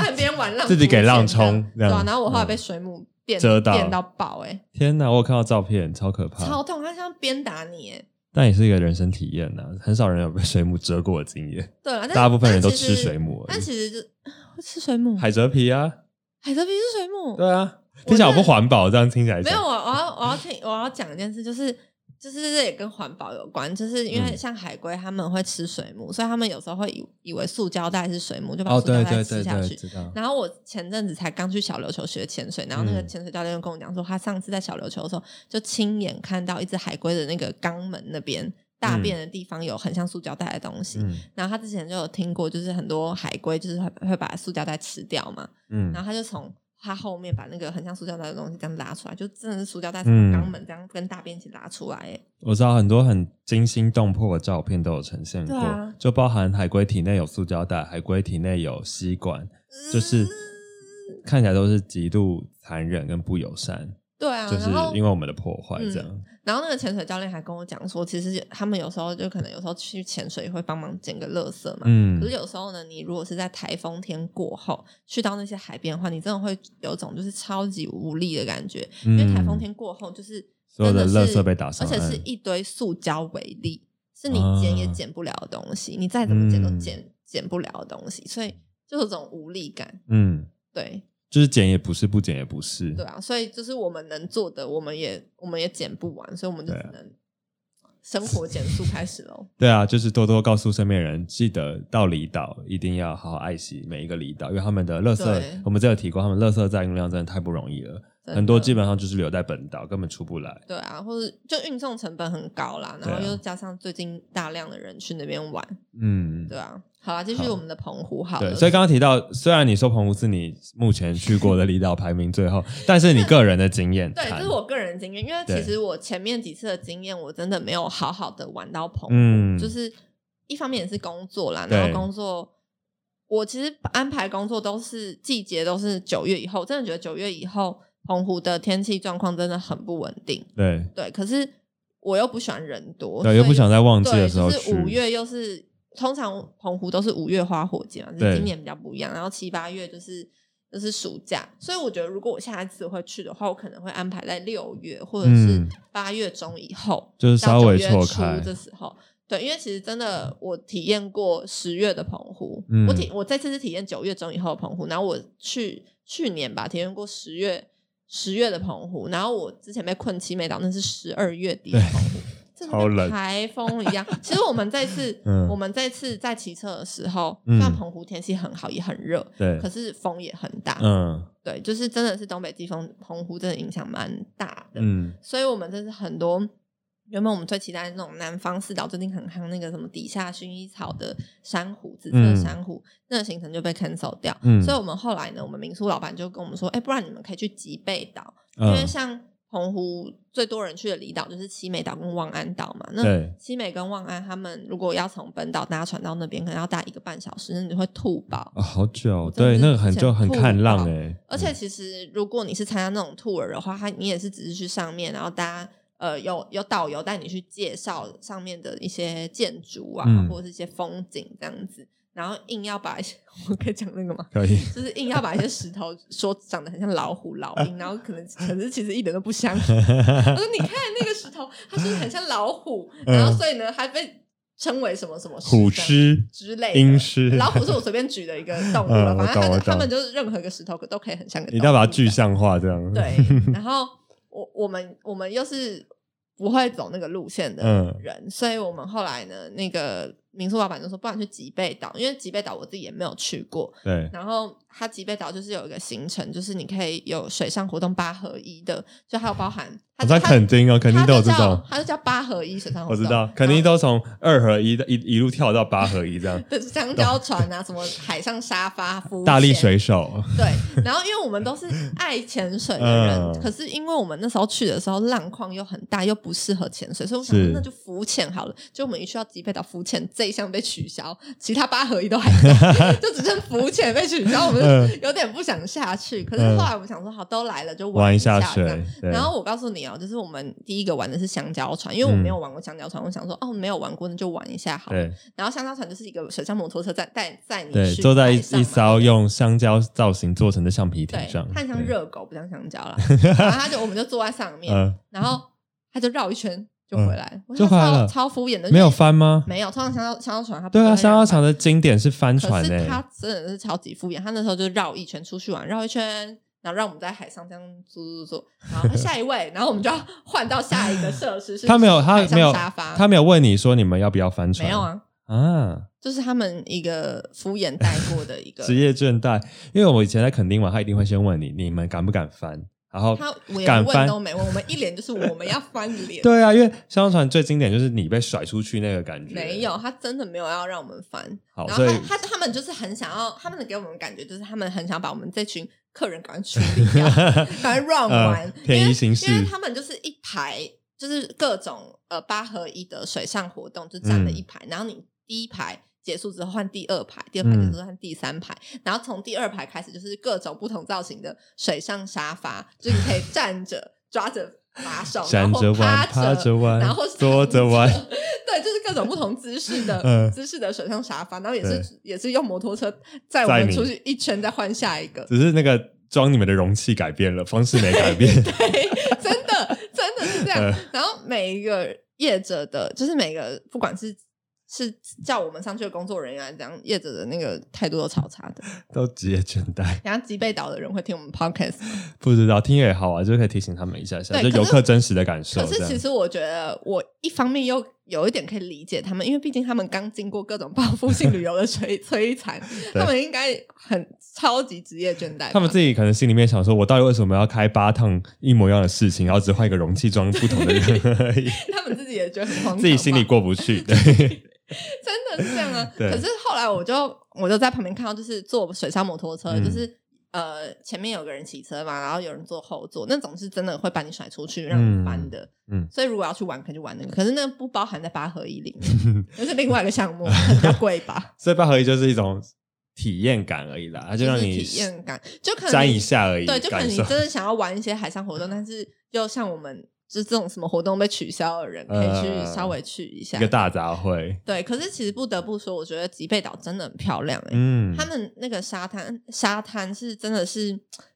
Speaker 1: 岸边玩浪，
Speaker 2: 自己给浪冲
Speaker 1: 浮潜这样对
Speaker 2: 这样嗯
Speaker 1: 啊。然后我后来被水母电
Speaker 2: 遮到嗯
Speaker 1: 电到爆、欸，
Speaker 2: 天哪，我有看到照片，超可怕，
Speaker 1: 超痛，它像鞭打你、欸，
Speaker 2: 但也是一个人生体验呐、很少人有被水母蛰过的经验，
Speaker 1: 对啊，但
Speaker 2: 大部分人都吃
Speaker 1: 但其实
Speaker 2: 水母而
Speaker 1: 但
Speaker 2: 已
Speaker 1: 其实就吃水母，
Speaker 2: 海蜇皮啊，
Speaker 1: 海蜇皮是水母，
Speaker 2: 对啊，听起来好不环保，这样听起来
Speaker 1: 没有，
Speaker 2: 讲
Speaker 1: 我我要我要听我要讲一件事，就是就是这也跟环保有关，就是因为
Speaker 2: 嗯
Speaker 1: 像海龟他们会吃水母，所以他们有时候会以以为塑胶袋是水母，就把
Speaker 2: 哦，
Speaker 1: 塑胶
Speaker 2: 对
Speaker 1: 袋
Speaker 2: 对
Speaker 1: 吃
Speaker 2: 对
Speaker 1: 下
Speaker 2: 对，
Speaker 1: 去。
Speaker 2: 知道。
Speaker 1: 然后我前阵子才刚去小琉球学潜水，然后那个
Speaker 2: 嗯
Speaker 1: 潜水教练就跟我讲说，他上次在小琉球的时候，就亲眼看到一只海龟的那个肛门那边大
Speaker 2: 嗯
Speaker 1: 便的地方有很像塑胶袋的东西。
Speaker 2: 嗯
Speaker 1: 然后他之前就有听过，就是很多海龟就是会会把塑胶袋吃掉嘛，
Speaker 2: 嗯
Speaker 1: 然后他就从他后面把那个很像塑胶袋的东西这样拉出来，就真的是塑胶袋从
Speaker 2: 嗯
Speaker 1: 肛门这样跟大便一起拉出来、欸。
Speaker 2: 我知道很多很惊心动魄的照片都有呈现过，
Speaker 1: 对啊
Speaker 2: 就包含海龟体内有塑胶袋，海龟体内有吸管，就是看起来都是极度残忍跟不友善，
Speaker 1: 对啊，
Speaker 2: 就是
Speaker 1: 然后
Speaker 2: 因为我们的破坏这样。
Speaker 1: 然后那个潜水教练还跟我讲说，其实他们有时候就可能有时候去潜水会帮忙捡个垃圾嘛。
Speaker 2: 嗯
Speaker 1: 可是有时候呢，你如果是在台风天过后去到那些海边的话，你真的会有种就是超级无力的感觉，因为台风天过后就是
Speaker 2: 嗯所有的
Speaker 1: 真是
Speaker 2: 垃圾被打上
Speaker 1: 而且是
Speaker 2: 岸
Speaker 1: 一堆塑胶为例，是你
Speaker 2: 啊
Speaker 1: 捡也捡不了的东西，你再怎么捡都
Speaker 2: 嗯
Speaker 1: 捡捡不了的东西，所以就有种无力感。
Speaker 2: 嗯，
Speaker 1: 对
Speaker 2: 就是捡也不是，不捡也不是。
Speaker 1: 对啊，所以就是我们能做的，我们也我们也捡不完，所以我们就
Speaker 2: 对
Speaker 1: 只
Speaker 2: 啊
Speaker 1: 能生活减速开始喽。
Speaker 2: 对啊，就是多多告诉身边人，记得到离岛一定要好好爱惜每一个离岛，因为他们的垃
Speaker 1: 对
Speaker 2: 圾，我们这有提过，他们垃圾占用量真的太不容易了，
Speaker 1: 真的
Speaker 2: 很多基本上就是留在本岛，根本出不来。
Speaker 1: 对啊，或者就运送成本很高啦，然
Speaker 2: 对啊
Speaker 1: 后又加上最近大量的人去那边玩，
Speaker 2: 嗯，
Speaker 1: 对啊。好啦，继续
Speaker 2: 好
Speaker 1: 我们的澎湖好了。
Speaker 2: 对，所以刚刚提到，虽然你说澎湖是你目前去过的离岛排名最 后，但是你个人的经验
Speaker 1: 对，
Speaker 2: 谈，
Speaker 1: 这是我个人经验，因为
Speaker 2: 对
Speaker 1: 其实我前面几次的经验，我真的没有好好的玩到澎湖，
Speaker 2: 嗯
Speaker 1: 就是一方面也是工作啦，
Speaker 2: 对
Speaker 1: 然后工作。我其实安排工作都是季节都是九月以后，真的觉得九月以后澎湖的天气状况真的很不稳定。
Speaker 2: 对
Speaker 1: 对，可是我又不喜欢人多，所
Speaker 2: 对，
Speaker 1: 以
Speaker 2: 又不想在旺季
Speaker 1: 对，
Speaker 2: 的时候
Speaker 1: 就是
Speaker 2: 去，
Speaker 1: 五月又是通常澎湖都是五月花火节嘛，就是
Speaker 2: 对
Speaker 1: 今年比较不一样。然后七八月就是就是暑假，所以我觉得如果我下一次会去的话，我可能会安排在六月或者是
Speaker 2: 嗯
Speaker 1: 八月中以后，
Speaker 2: 就是
Speaker 1: 到
Speaker 2: 稍微
Speaker 1: 九月
Speaker 2: 错
Speaker 1: 初
Speaker 2: 开，
Speaker 1: 这时候。对，因为其实真的我体验过十月的澎湖，
Speaker 2: 嗯
Speaker 1: 我体我这次是体验九月中以后的澎湖，然后我去去年吧体验过十月十月的澎湖，然后我之前被困七美岛那是十二月底的
Speaker 2: 对
Speaker 1: 澎湖，真的
Speaker 2: 超
Speaker 1: 跟
Speaker 2: 冷
Speaker 1: 台风一样。其实我们这次、
Speaker 2: 嗯
Speaker 1: 我们这次在骑车的时候，
Speaker 2: 嗯
Speaker 1: 虽然澎湖天气很好也很热，
Speaker 2: 对
Speaker 1: 可，是啊风也很大，
Speaker 2: 嗯
Speaker 1: 对，就是真的是东北季风，澎湖真的影响蛮大的。
Speaker 2: 嗯，
Speaker 1: 所以我们这是很多原本我们最期待的那种南方四岛最近很夯那个什么底下薰衣草的珊瑚紫色的珊瑚，那个行程就被 cancel 掉。
Speaker 2: 嗯
Speaker 1: 所以我们后来呢，我们民宿老板就跟我们说，哎、不然你们可以去吉贝岛，因为
Speaker 2: 嗯
Speaker 1: 像澎湖最多人去的离岛就是七美岛跟望安岛嘛，那。
Speaker 2: 对，
Speaker 1: 七美跟望安，他们如果要从本岛搭船到那边，可能要搭一个半小时，那你会吐饱。
Speaker 2: 哦好久，
Speaker 1: 真的
Speaker 2: 对，
Speaker 1: 是
Speaker 2: 那个很
Speaker 1: 想
Speaker 2: 就很
Speaker 1: 吐
Speaker 2: 看浪
Speaker 1: 爆
Speaker 2: 哎，
Speaker 1: 而且其实如果你是参加那种 tour 的话，他你也是只是去上面，然后搭呃有有导游带你去介绍上面的一些建筑啊，
Speaker 2: 嗯
Speaker 1: 或者是一些风景这样子，然后硬要把一些 我可以讲那个吗？
Speaker 2: 可以，
Speaker 1: 就是硬要把一些石头说长得很像老虎、老鹰，然后可能可是其实一点都不像。 我说你看那个石头，它就是很像老虎，
Speaker 2: 嗯
Speaker 1: 然后所以呢，它被称为什么什么石
Speaker 2: 虎
Speaker 1: 这样
Speaker 2: 狮
Speaker 1: 之类的
Speaker 2: 阴狮，
Speaker 1: 老虎是我随便举的一个动 物
Speaker 2: 嗯
Speaker 1: 了，
Speaker 2: 我
Speaker 1: 反正他
Speaker 2: 懂我
Speaker 1: 们
Speaker 2: 懂
Speaker 1: 他们就是任何一个石头都可以很像个。
Speaker 2: 一定要把它具。象化这样，
Speaker 1: 对， 然后我我们我们又是不会走那个路线的
Speaker 2: 嗯
Speaker 1: 人，所以我们后来呢，那个民宿老板就说，不然去吉贝岛，因为吉贝岛我自己也没有去过。
Speaker 2: 对，
Speaker 1: 然后它吉贝岛就是有一个行程，就是你可以有水上活动八合一的，就还有包含它
Speaker 2: 好像
Speaker 1: 它
Speaker 2: 垦丁哦，垦丁
Speaker 1: 它
Speaker 2: 都有
Speaker 1: 就
Speaker 2: 这种
Speaker 1: 叫。它就叫八合一水上活
Speaker 2: 我
Speaker 1: 动，
Speaker 2: 知道，肯定都从二合一的一一路跳到八合
Speaker 1: 。
Speaker 2: 一这样
Speaker 1: 对香蕉船 啊，什么海上沙发、浮
Speaker 2: 大力
Speaker 1: 潜
Speaker 2: 水手，
Speaker 1: 对，然后因为我们都是爱潜水的人，
Speaker 2: 嗯
Speaker 1: 可是因为我们那时候去的时候浪况又很大，又不适合潜水，所以我想说
Speaker 2: 是
Speaker 1: 那就浮潜好了。就我们一去到吉贝岛浮潜这一项被取消，其他八合一都还在， 就只剩浮潜被取消，我们
Speaker 2: 嗯
Speaker 1: 就有点不想下去。可是
Speaker 2: 嗯
Speaker 1: 后来我们想说，好，都来了就
Speaker 2: 玩
Speaker 1: 一
Speaker 2: 一下
Speaker 1: 这样
Speaker 2: 水。对
Speaker 1: 然后我告诉你哦，就是我们第一个玩的是香蕉船，因为我没有玩过香蕉船，我想说哦，没有玩过那就玩一下好了。
Speaker 2: 嗯对
Speaker 1: 然后香蕉船就是一个水上摩托车站，带带你
Speaker 2: 对，
Speaker 1: 去
Speaker 2: 坐在一
Speaker 1: 海上
Speaker 2: 一
Speaker 1: 嘛
Speaker 2: 艘用香蕉造型做成的橡皮艇
Speaker 1: 对
Speaker 2: 上，，
Speaker 1: 它很像
Speaker 2: 对，
Speaker 1: 热狗，不像香 蕉啦。然后他就我们就坐在上面，
Speaker 2: 嗯，
Speaker 1: 然后他就绕一圈就回来，我
Speaker 2: 就
Speaker 1: 想
Speaker 2: 回来
Speaker 1: 超
Speaker 2: 了
Speaker 1: 超敷衍的，
Speaker 2: 没有翻吗？
Speaker 1: 没有。通常香蕉香蕉船它不
Speaker 2: 对
Speaker 1: 会
Speaker 2: 啊，
Speaker 1: 让
Speaker 2: 香蕉船
Speaker 1: 它
Speaker 2: 的经典是翻
Speaker 1: 翻
Speaker 2: 船欸
Speaker 1: 可是
Speaker 2: 诶，
Speaker 1: 他真的是超级敷衍，他那时候就绕一圈出去玩，绕一圈然后让我们在海上这样坐坐坐，然 后下一位，然后我们就要换到下一个设施。是
Speaker 2: 他没有，他
Speaker 1: 海上
Speaker 2: 没有
Speaker 1: 沙发，，
Speaker 2: 他没有问你说你们要不要翻船？
Speaker 1: 没有啊，
Speaker 2: 啊，
Speaker 1: 就是他们一个敷衍带过的 一个
Speaker 2: 职业倦怠，因为我以前在垦丁玩，他一定会先问你，你们敢不敢翻？然后
Speaker 1: 他连
Speaker 2: 敢
Speaker 1: 问
Speaker 2: 翻
Speaker 1: 都，没问，我们一脸就是我们要翻脸。
Speaker 2: 对啊，因为相传最经典就是你被甩出去那个感觉，
Speaker 1: 没有，他真的没有要让我们翻。
Speaker 2: 好，
Speaker 1: 然后
Speaker 2: 所以
Speaker 1: 他他他们就是很想要，他们给我们感觉就是他们很想把我们这群客人赶快处理掉， 赶快 run
Speaker 2: 呃
Speaker 1: 完，
Speaker 2: 便宜
Speaker 1: 因为
Speaker 2: 行事
Speaker 1: 因为他们就是一排，就是各种呃八合一的水上活动就站了
Speaker 2: 嗯
Speaker 1: 一排，然后你第一排。结束之后换第二排，第二排结束之
Speaker 2: 嗯
Speaker 1: 后换第三排，然后从第二排开始就是各种不同造型的水上沙发，就是你可以站着抓着把 手，然
Speaker 2: 站
Speaker 1: 后
Speaker 2: 着
Speaker 1: 趴
Speaker 2: 玩，趴着玩，
Speaker 1: 然后是
Speaker 2: 坐着玩，
Speaker 1: 对，就是各种不同姿势的、
Speaker 2: 嗯
Speaker 1: 姿势的水上沙发，然后也
Speaker 2: 对
Speaker 1: 是也是用摩托车载我
Speaker 2: 载
Speaker 1: 们
Speaker 2: 你
Speaker 1: 出去一圈，再换下一个。
Speaker 2: 只是那个装你们的容器改变了，方式没 改变。
Speaker 1: 对，真的真的是这样
Speaker 2: 嗯。
Speaker 1: 然后每一个业者的，就是每个不管是是叫我们上去的工作人员还是怎样，业者的那个态度都超差的。
Speaker 2: 都职业倦怠，
Speaker 1: 然后吉贝岛的人会听我们 podcast，
Speaker 2: 不知道听也好啊，就可以提醒他们一下下，
Speaker 1: 对
Speaker 2: 就
Speaker 1: 可是
Speaker 2: 游客真实的感受。
Speaker 1: 可是
Speaker 2: 这样
Speaker 1: 其实我觉得我一方面又有一点可以理解他们，因为毕竟他们刚经过各种报复性旅游的 摧摧残，
Speaker 2: 对
Speaker 1: 他们应该很超级职业倦怠吧。
Speaker 2: 他们自己可能心里面想说，我到底为什么要开八趟一模一样的事情，然后只换一个容器装不同的人 而已，
Speaker 1: 他们自己也觉得很荒唐吧，
Speaker 2: 自己心里过 不去。对，
Speaker 1: 真的是这样啊。
Speaker 2: 对
Speaker 1: 可是后来我就我就在旁边看到，就是坐水上摩托车，
Speaker 2: 嗯
Speaker 1: 就是呃前面有个人骑车嘛，然后有人坐后座，那种是真的会把你甩出去让你翻的。
Speaker 2: 嗯嗯，
Speaker 1: 所以如果要去玩，可以去玩那个，可是那不包含在八合一里面，那是另外一个项目，比较贵吧
Speaker 2: 所以八合一就是一种体验感而已啦，它就让你
Speaker 1: 是体验感，就可能
Speaker 2: 沾
Speaker 1: 你
Speaker 2: 一下而已，
Speaker 1: 对，就可能
Speaker 2: 感
Speaker 1: 你
Speaker 2: 受
Speaker 1: 真。的想要玩一些海上活动，但是就像我们就这种什么活动被取消的人，可以去
Speaker 2: 呃
Speaker 1: 稍微去一下
Speaker 2: 一。个大杂烩，
Speaker 1: 对，可是其实不得不说，我觉得吉贝岛真的很漂亮哎、
Speaker 2: 嗯，
Speaker 1: 他们那个沙滩，沙滩是真的是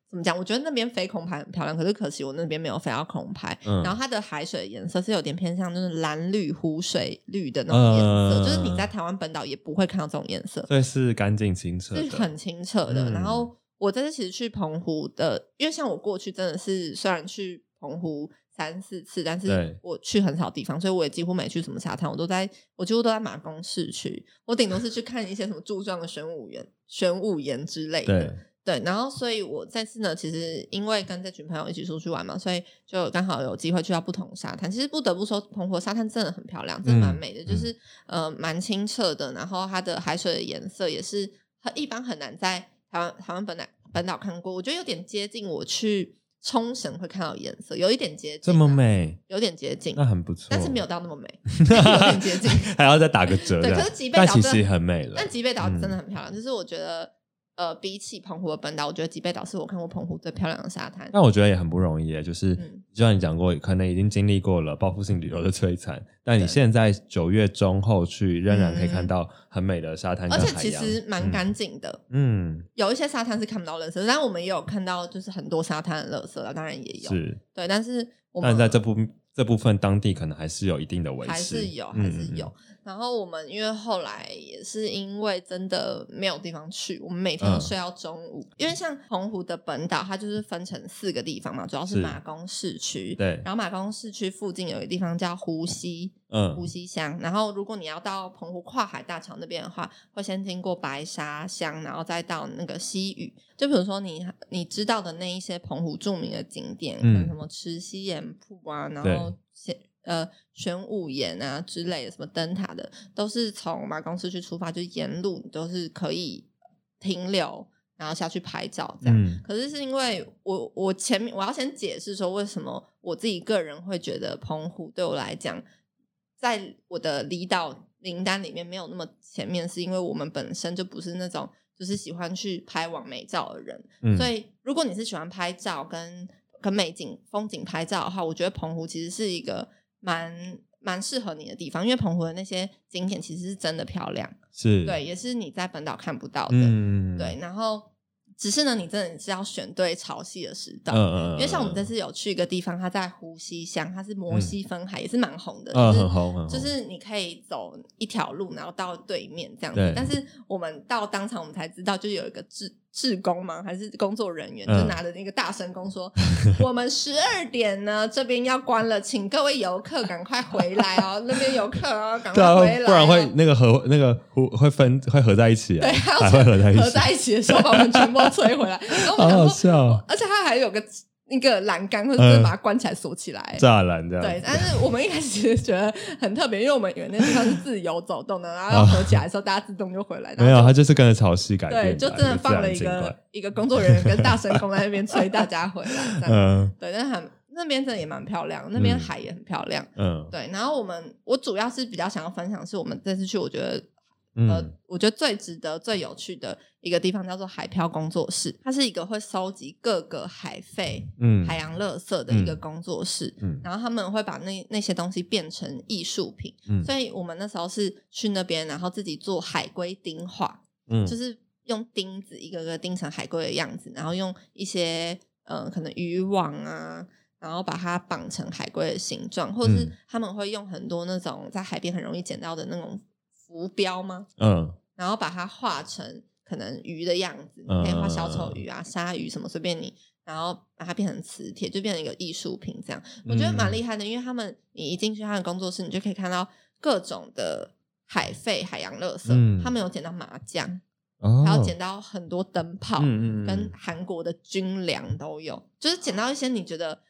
Speaker 1: 怎么讲？我觉得那边飞空拍很漂亮，可是可惜我那边没有飞到空拍。
Speaker 2: 嗯
Speaker 1: 然后它的海水颜色是有点偏向就是蓝绿、湖水绿的那种颜色，
Speaker 2: 嗯
Speaker 1: 就是你在台湾本岛也不会看到这种颜色，
Speaker 2: 所以是干净清澈
Speaker 1: 是
Speaker 2: 的，
Speaker 1: 很清澈的。
Speaker 2: 嗯
Speaker 1: 然后我这次其实去澎湖的，因为像我过去真的是虽然去澎湖三四次，但
Speaker 2: 对
Speaker 1: 是我去很少地方，所以我也几乎没去什么沙滩，我都在我几乎都在马公市区，我顶多是去看一些什么柱状的玄武岩、玄武岩之类的。
Speaker 2: 对，
Speaker 1: 对，然后所以我这次呢，其实因为跟这群朋友一起出去玩嘛，所以就刚好有机会去到不同沙滩。其实不得不说，澎湖沙滩真的很漂亮，真的
Speaker 2: 嗯
Speaker 1: 蛮美的，就是呃蛮清澈的，然后它的海水的颜色也是很一般很难在台湾台湾本岛本岛看过，我觉得有点接近我去冲绳会看到的颜色，有一点接近、啊
Speaker 2: 这么，美，
Speaker 1: 有点接近
Speaker 2: 那，很不错。
Speaker 1: 但是没有，到那么 美， 有点接近。
Speaker 2: 还要再打个折。
Speaker 1: 对
Speaker 2: 这样
Speaker 1: 可是吉贝岛
Speaker 2: 但其
Speaker 1: 真
Speaker 2: 实
Speaker 1: 的
Speaker 2: 很美了
Speaker 1: 但。吉贝岛
Speaker 2: 嗯
Speaker 1: 真的很漂亮，就是我觉得，呃，比起澎湖的本岛，我觉得吉贝岛是我看过澎湖最漂亮的沙滩。
Speaker 2: 但我觉得也很不容易耶，就是、
Speaker 1: 嗯
Speaker 2: 就像你讲过，可能已经经历过了报复性旅游的摧残，但你
Speaker 1: 对
Speaker 2: 现在九月中后去，仍然可以看
Speaker 1: 嗯
Speaker 2: 到很美的沙滩跟
Speaker 1: 而
Speaker 2: 海
Speaker 1: 且
Speaker 2: 洋，
Speaker 1: 其实蛮干净的，
Speaker 2: 嗯，
Speaker 1: 有一些沙滩是看不到垃圾，但我们也有看到就是很多沙滩的垃圾了，当然也有。
Speaker 2: 是，
Speaker 1: 对，但是哦我
Speaker 2: 但
Speaker 1: 们
Speaker 2: 是在这部这部分当地可能还是有一定的维持，
Speaker 1: 还是有，
Speaker 2: 嗯
Speaker 1: 还是有。。然后我们因为后来也是因为真的没有地方去，我们每天
Speaker 2: 嗯
Speaker 1: 都睡到中午。因为像澎湖的本岛，它就是分成四个地方嘛，主要是
Speaker 2: 是
Speaker 1: 马公市区。
Speaker 2: 对
Speaker 1: 然后马公市区附近有一个地方叫湖西，
Speaker 2: 嗯
Speaker 1: 湖
Speaker 2: 嗯
Speaker 1: 西乡，然后如果你要到澎湖跨海大桥那边的话，会先经过白沙乡，然后再到那个西屿。就比如说你你知道的那一些澎湖著名的景点，可能
Speaker 2: 嗯
Speaker 1: 什么吃西岩铺啊，然
Speaker 2: 对
Speaker 1: 后仙呃玄武岩啊之类的，什么灯塔的，都是从马公市区出发，就沿路你都是可以停留，然后下去拍照这样。
Speaker 2: 嗯
Speaker 1: 可是是因为我我前面我要先解释说为什么我自己个人会觉得澎湖对我来讲，在我的离岛名单里面没有那么前面，是因为我们本身就不是那种就是喜欢去拍网美照的人，
Speaker 2: 嗯，
Speaker 1: 所以如果你是喜欢拍照跟跟美景风景拍照的话，我觉得澎湖其实是一个蛮蛮适合你的地方，因为澎湖的那些景点其实是真的漂亮，
Speaker 2: 是
Speaker 1: 对，，也是你在本岛看不到的，
Speaker 2: 嗯，
Speaker 1: 对，然后只是呢，你真的是要选对潮汐的时
Speaker 2: 嗯，
Speaker 1: 段。
Speaker 2: 嗯嗯，
Speaker 1: 因为像我们这
Speaker 2: 在
Speaker 1: 次有去一个地方，它在湖西乡，它是摩西分海，也是蛮红的，
Speaker 2: 嗯
Speaker 1: 就
Speaker 2: 很
Speaker 1: 是
Speaker 2: 红很红，
Speaker 1: 就是你可以走一条路，然后到对面这样子
Speaker 2: 对。
Speaker 1: 但是我们到当场我们才知道，就有一个制志工吗？还是工作人员？就
Speaker 2: 嗯
Speaker 1: 拿着那个大声公说：“我们十二点呢，这边要关了，请各位游客赶快回来哦，那边游客哦，赶
Speaker 2: 对
Speaker 1: 快
Speaker 2: 啊，
Speaker 1: 回来、哦
Speaker 2: 不然会那个合那个会会分会合在一起啊，
Speaker 1: 对，
Speaker 2: 还
Speaker 1: 还
Speaker 2: 会
Speaker 1: 要
Speaker 2: 合在一
Speaker 1: 合
Speaker 2: 起，
Speaker 1: 在一起的时候把我们全部催 回来。然后我
Speaker 2: 好
Speaker 1: 们想
Speaker 2: 好
Speaker 1: 说，
Speaker 2: 笑哦，嗯
Speaker 1: 而且它还有个那个栏杆，或者是把它关起来锁起来。
Speaker 2: 栅栏这样。
Speaker 1: 对，但是我们一开始其实觉得很特别，因为我们以为那地方是自由走动的，然后要合起来的时候，大家自动就回来。然后
Speaker 2: 没有，
Speaker 1: 就
Speaker 2: 他就是跟着潮汐改
Speaker 1: 对，
Speaker 2: 变的
Speaker 1: 就
Speaker 2: 啊，
Speaker 1: 真的
Speaker 2: 自
Speaker 1: 放
Speaker 2: 然
Speaker 1: 了一
Speaker 2: 景观
Speaker 1: 个一个工作人员跟大神公在那边催大家回来，这样
Speaker 2: 嗯
Speaker 1: 对，但很那边真的也蛮漂亮，那边
Speaker 2: 嗯
Speaker 1: 海也很漂亮。
Speaker 2: 嗯
Speaker 1: 对，然后我们我主要是比较想要分享，是我们这次去，我觉得呃
Speaker 2: 嗯，
Speaker 1: 我觉得最值得、最有趣的一个地方叫做海漂工作室，它是一个会收集各个海废、
Speaker 2: 嗯
Speaker 1: 海洋垃圾的一个
Speaker 2: 嗯
Speaker 1: 工作室。
Speaker 2: 嗯
Speaker 1: 然后他们会把那那些东西变成艺术品，
Speaker 2: 嗯
Speaker 1: 所以我们那时候是去那边，然后自己做海龟钉画，
Speaker 2: 嗯
Speaker 1: 就是用钉子一个个钉成海龟的样子，然后用一些呃可能渔网啊，然后把它绑成海龟的形状，或者是
Speaker 2: 嗯
Speaker 1: 他们会用很多那种在海边很容易捡到的那种浮标吗？
Speaker 2: 嗯
Speaker 1: 然后把它画成可能鱼的样子，你
Speaker 2: 嗯
Speaker 1: 可以画小丑鱼啊、鲨鱼什么随便你，然后把它变成磁铁，就变成一个艺术品这样。我觉得
Speaker 2: 嗯
Speaker 1: 蛮厉害的，因为他们你一进去他的工作室，你就可以看到各种的海废、海洋垃圾，
Speaker 2: 嗯
Speaker 1: 他们有捡到麻将，
Speaker 2: 哦
Speaker 1: 还有捡到很多灯泡，
Speaker 2: 嗯嗯嗯
Speaker 1: 跟韩国的军粮都有，就是捡到一些你觉得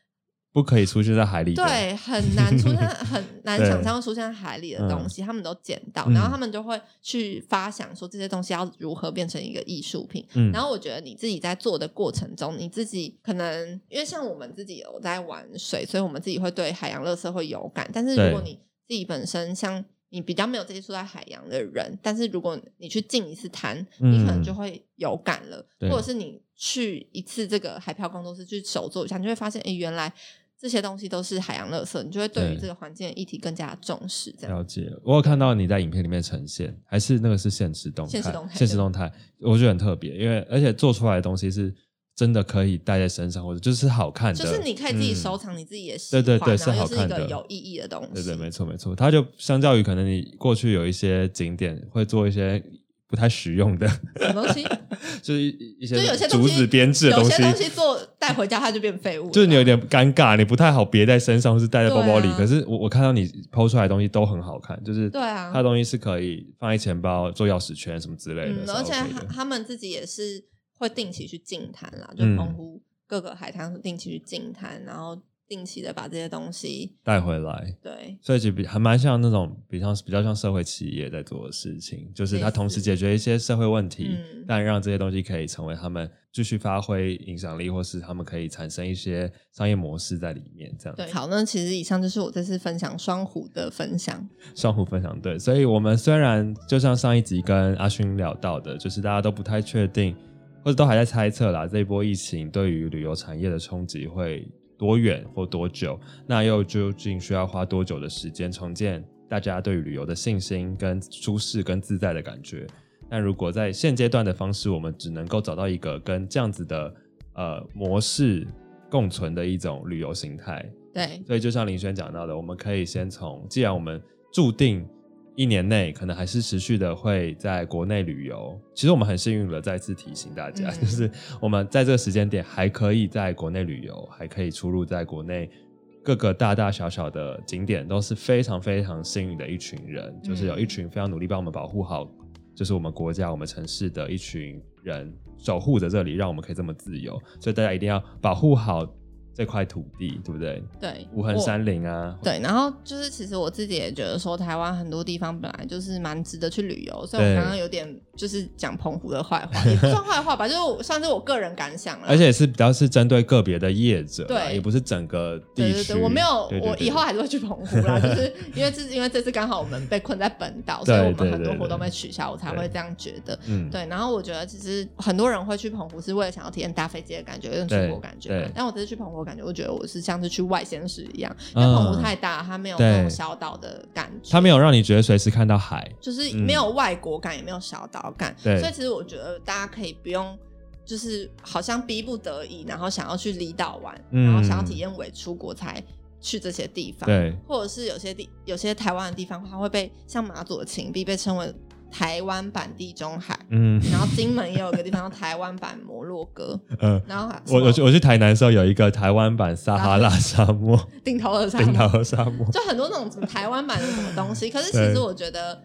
Speaker 2: 不可以出去在海里的，
Speaker 1: 对，很难出现， 很难
Speaker 2: 对
Speaker 1: 想象会出现在海里的东西，他们都捡到，
Speaker 2: 嗯
Speaker 1: 然后他们就会去发想说这些东西要如何变成一个艺术品。
Speaker 2: 嗯，
Speaker 1: 然后我觉得你自己在做的过程中，你自己可能因为像我们自己有在玩水，所以我们自己会对海洋垃圾会有感。但是如果
Speaker 2: 对
Speaker 1: 你自己本身像你比较没有接触到海洋的人，但是如果你去进一次滩，你可能
Speaker 2: 嗯
Speaker 1: 就会有感了，
Speaker 2: 对
Speaker 1: 或者是你去一次这个海漂工作室去手做一下，你就会发现，诶，原来这些东西都是海洋垃圾，你就会对于
Speaker 2: 对
Speaker 1: 这个环境的议题更加重视。这样，
Speaker 2: 了解，我有看到你在影片里面呈现，还是那个是现实动态，
Speaker 1: 现实动态
Speaker 2: 动态我觉得很特别，因为而且做出来的东西是真的可以带在身上，或者就是好看的，
Speaker 1: 就是你可以自己收
Speaker 2: 嗯
Speaker 1: 藏你自己也喜
Speaker 2: 对
Speaker 1: 欢，
Speaker 2: 对对
Speaker 1: 然后又
Speaker 2: 是
Speaker 1: 是
Speaker 2: 好
Speaker 1: 一
Speaker 2: 看
Speaker 1: 个
Speaker 2: 的
Speaker 1: 有意义的东
Speaker 2: 对
Speaker 1: 西。
Speaker 2: 对，没错没错，它就相较于可能你过去有一些景点会做一些不太实用的，
Speaker 1: 什么东西？
Speaker 2: 就是一一些
Speaker 1: 就有些东
Speaker 2: 竹
Speaker 1: 西
Speaker 2: 子编制的
Speaker 1: 有
Speaker 2: 东
Speaker 1: 些
Speaker 2: 西，
Speaker 1: 东西做带回家它就变废物了，
Speaker 2: 就是你有点尴尬，你不太好别在身上，或是带在包包里。
Speaker 1: 对啊
Speaker 2: 可是我我看到你剖出来的东西都很好看，就是
Speaker 1: 对啊
Speaker 2: 它的东西是可以放在钱包、做钥匙圈什么之类的，
Speaker 1: 嗯，
Speaker 2: 是
Speaker 1: 而且
Speaker 2: OK
Speaker 1: 他
Speaker 2: 的
Speaker 1: 他们自己也是会定期去净滩啦，就
Speaker 2: 嗯
Speaker 1: 澎湖各个海滩定期去净滩，然后定期的把这些东西
Speaker 2: 带回来。
Speaker 1: 对。
Speaker 2: 所以就比还蛮像那种比较比较像社会企业在做的事情，就是
Speaker 1: 类
Speaker 2: 它
Speaker 1: 似
Speaker 2: 同时解决一些社会问题，
Speaker 1: 嗯
Speaker 2: 但让这些东西可以成为他们继续发挥影响力，或是他们可以产生一些商业模式在里面。这样子
Speaker 1: 对，好，那其实以上就是我这次分享双湖的分享。
Speaker 2: 双湖分享队，所以我们虽然就像上一集跟阿勋聊到的，就是大家都不太确定，或者都还在猜测啦，这一波疫情对于旅游产业的冲击会多远或多久，那又究竟需要花多久的时间重建大家对于旅游的信心、跟舒适、跟自在的感觉？但如果在现阶段的方式，我们只能够找到一个跟这样子的呃模式共存的一种旅游形态，
Speaker 1: 对，
Speaker 2: 所以就像林轩讲到的，我们可以先从，既然我们注定一年内可能还是持续的会在国内旅游，其实我们很幸运了，再次提醒大家，
Speaker 1: 嗯
Speaker 2: 就是我们在这个时间点还可以在国内旅游，还可以出入在国内。各个大大小小的景点都是非常非常幸运的一群人，就是
Speaker 1: 嗯
Speaker 2: 有一群非常努力帮我们保护好，就是我们国家、我们城市的一群人守护着这里，让我们可以这么自由。所以大家一定要保护好这块土地，对不对？
Speaker 1: 对，
Speaker 2: 无痕
Speaker 1: 我
Speaker 2: 山林啊，
Speaker 1: 对，然后就是其实我自己也觉得说，台湾很多地方本来就是蛮值得去旅游，所以我
Speaker 2: 对
Speaker 1: 刚刚有点就是讲澎湖的坏话，也不算坏话吧，就是我算是我个人感想了。
Speaker 2: 而且是比较是针对个别的业者啦，
Speaker 1: 对
Speaker 2: 也不是整个地
Speaker 1: 对
Speaker 2: 区。
Speaker 1: 对对，我没有，
Speaker 2: 对对
Speaker 1: 我
Speaker 2: 对
Speaker 1: 以后还是会去澎湖 啦，就是因为这因为这次刚好我们被困在本岛，所以
Speaker 2: 对
Speaker 1: 我们
Speaker 2: 对
Speaker 1: 很多
Speaker 2: 对
Speaker 1: 活动
Speaker 2: 对
Speaker 1: 被取消，我才
Speaker 2: 对
Speaker 1: 会这样觉得。
Speaker 2: 嗯，
Speaker 1: 对，然后我觉得其实很多人会去澎湖是为了想要体验搭飞机的感觉跟出
Speaker 2: 对
Speaker 1: 国感觉嘛
Speaker 2: 对。
Speaker 1: 但我这次去澎湖的感觉，我觉得我是像是去外县市一样，因
Speaker 2: 嗯
Speaker 1: 为澎湖太大，它没有那种
Speaker 2: 对
Speaker 1: 小岛的感觉，
Speaker 2: 它没有让你觉得随时看到海。
Speaker 1: 就是
Speaker 2: 嗯
Speaker 1: 没有外国感，也没有小岛感。
Speaker 2: 对
Speaker 1: 所以其实我觉得大家可以不用。就是好像逼不得已，然后想要去离岛玩，
Speaker 2: 嗯
Speaker 1: 然后想要体验伪出国才去这些地方。
Speaker 2: 对，
Speaker 1: 或者是有些地有些台湾的地方，它会被像马祖的芹壁被称为台湾版地中海，
Speaker 2: 嗯
Speaker 1: 然后金门也有个地方叫台湾版摩洛哥，
Speaker 2: 嗯，
Speaker 1: 然后还
Speaker 2: 我我去我去台南的时候有一个台湾版撒哈拉沙漠，
Speaker 1: 顶头的
Speaker 2: 冰岛和沙漠，
Speaker 1: 就很多那种什么台湾版的什么东西。可是其实
Speaker 2: 对
Speaker 1: 我觉得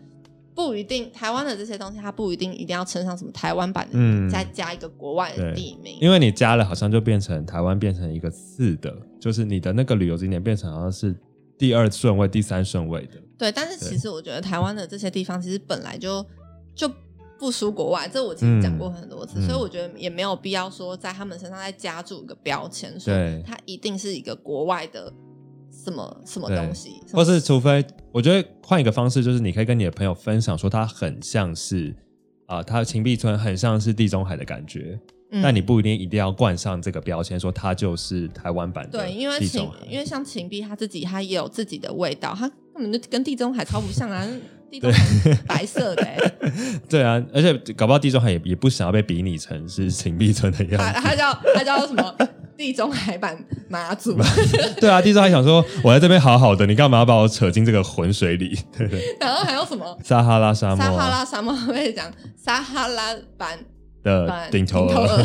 Speaker 1: 不一定，台湾的这些东西它不一定一定要称上什么台湾版的，
Speaker 2: 嗯
Speaker 1: 再加一个国外的
Speaker 2: 对
Speaker 1: 地名。
Speaker 2: 因为你加了，好像就变成台湾变成一个次的，就是你的那个旅游景点变成好像是第二顺位、第三顺位的。
Speaker 1: 对，但是
Speaker 2: 对
Speaker 1: 其实我觉得台湾的这些地方其实本来就就不输国外，这我其实讲过很多次，
Speaker 2: 嗯嗯
Speaker 1: 所以我觉得也没有必要说在他们身上再加注一个标签，说
Speaker 2: 对
Speaker 1: 它一定是一个国外的什么什么
Speaker 2: 对
Speaker 1: 东西，什么
Speaker 2: 或是除非我觉得换一个方式，就是你可以跟你的朋友分享说，它很像是啊、它秦壁村很像是地中海的感觉，
Speaker 1: 嗯
Speaker 2: 但你不一定一定要冠上这个标签，说它就是台湾版的啊
Speaker 1: 对，因为
Speaker 2: 地
Speaker 1: 秦
Speaker 2: 中海。
Speaker 1: 因为像秦碧他自己，他也有自己的味道，他根本就跟地中海超不像啊，地中海白色 的、欸，
Speaker 2: 对啊，而且搞不好地中海也也不想要被比拟成是秦壁村 的样
Speaker 1: 他
Speaker 2: 子。
Speaker 1: 他叫他叫什么？地中海版马祖，
Speaker 2: 对啊，地中海想说，我在这边好好的，你干嘛要把我扯进这个浑水里？ 对对，
Speaker 1: 然后还有什么？
Speaker 2: 撒哈拉沙漠、
Speaker 1: 撒
Speaker 2: 啊、
Speaker 1: 哈拉沙漠会讲撒哈拉版
Speaker 2: 的
Speaker 1: 版
Speaker 2: 顶头
Speaker 1: 顶头
Speaker 2: 鹅。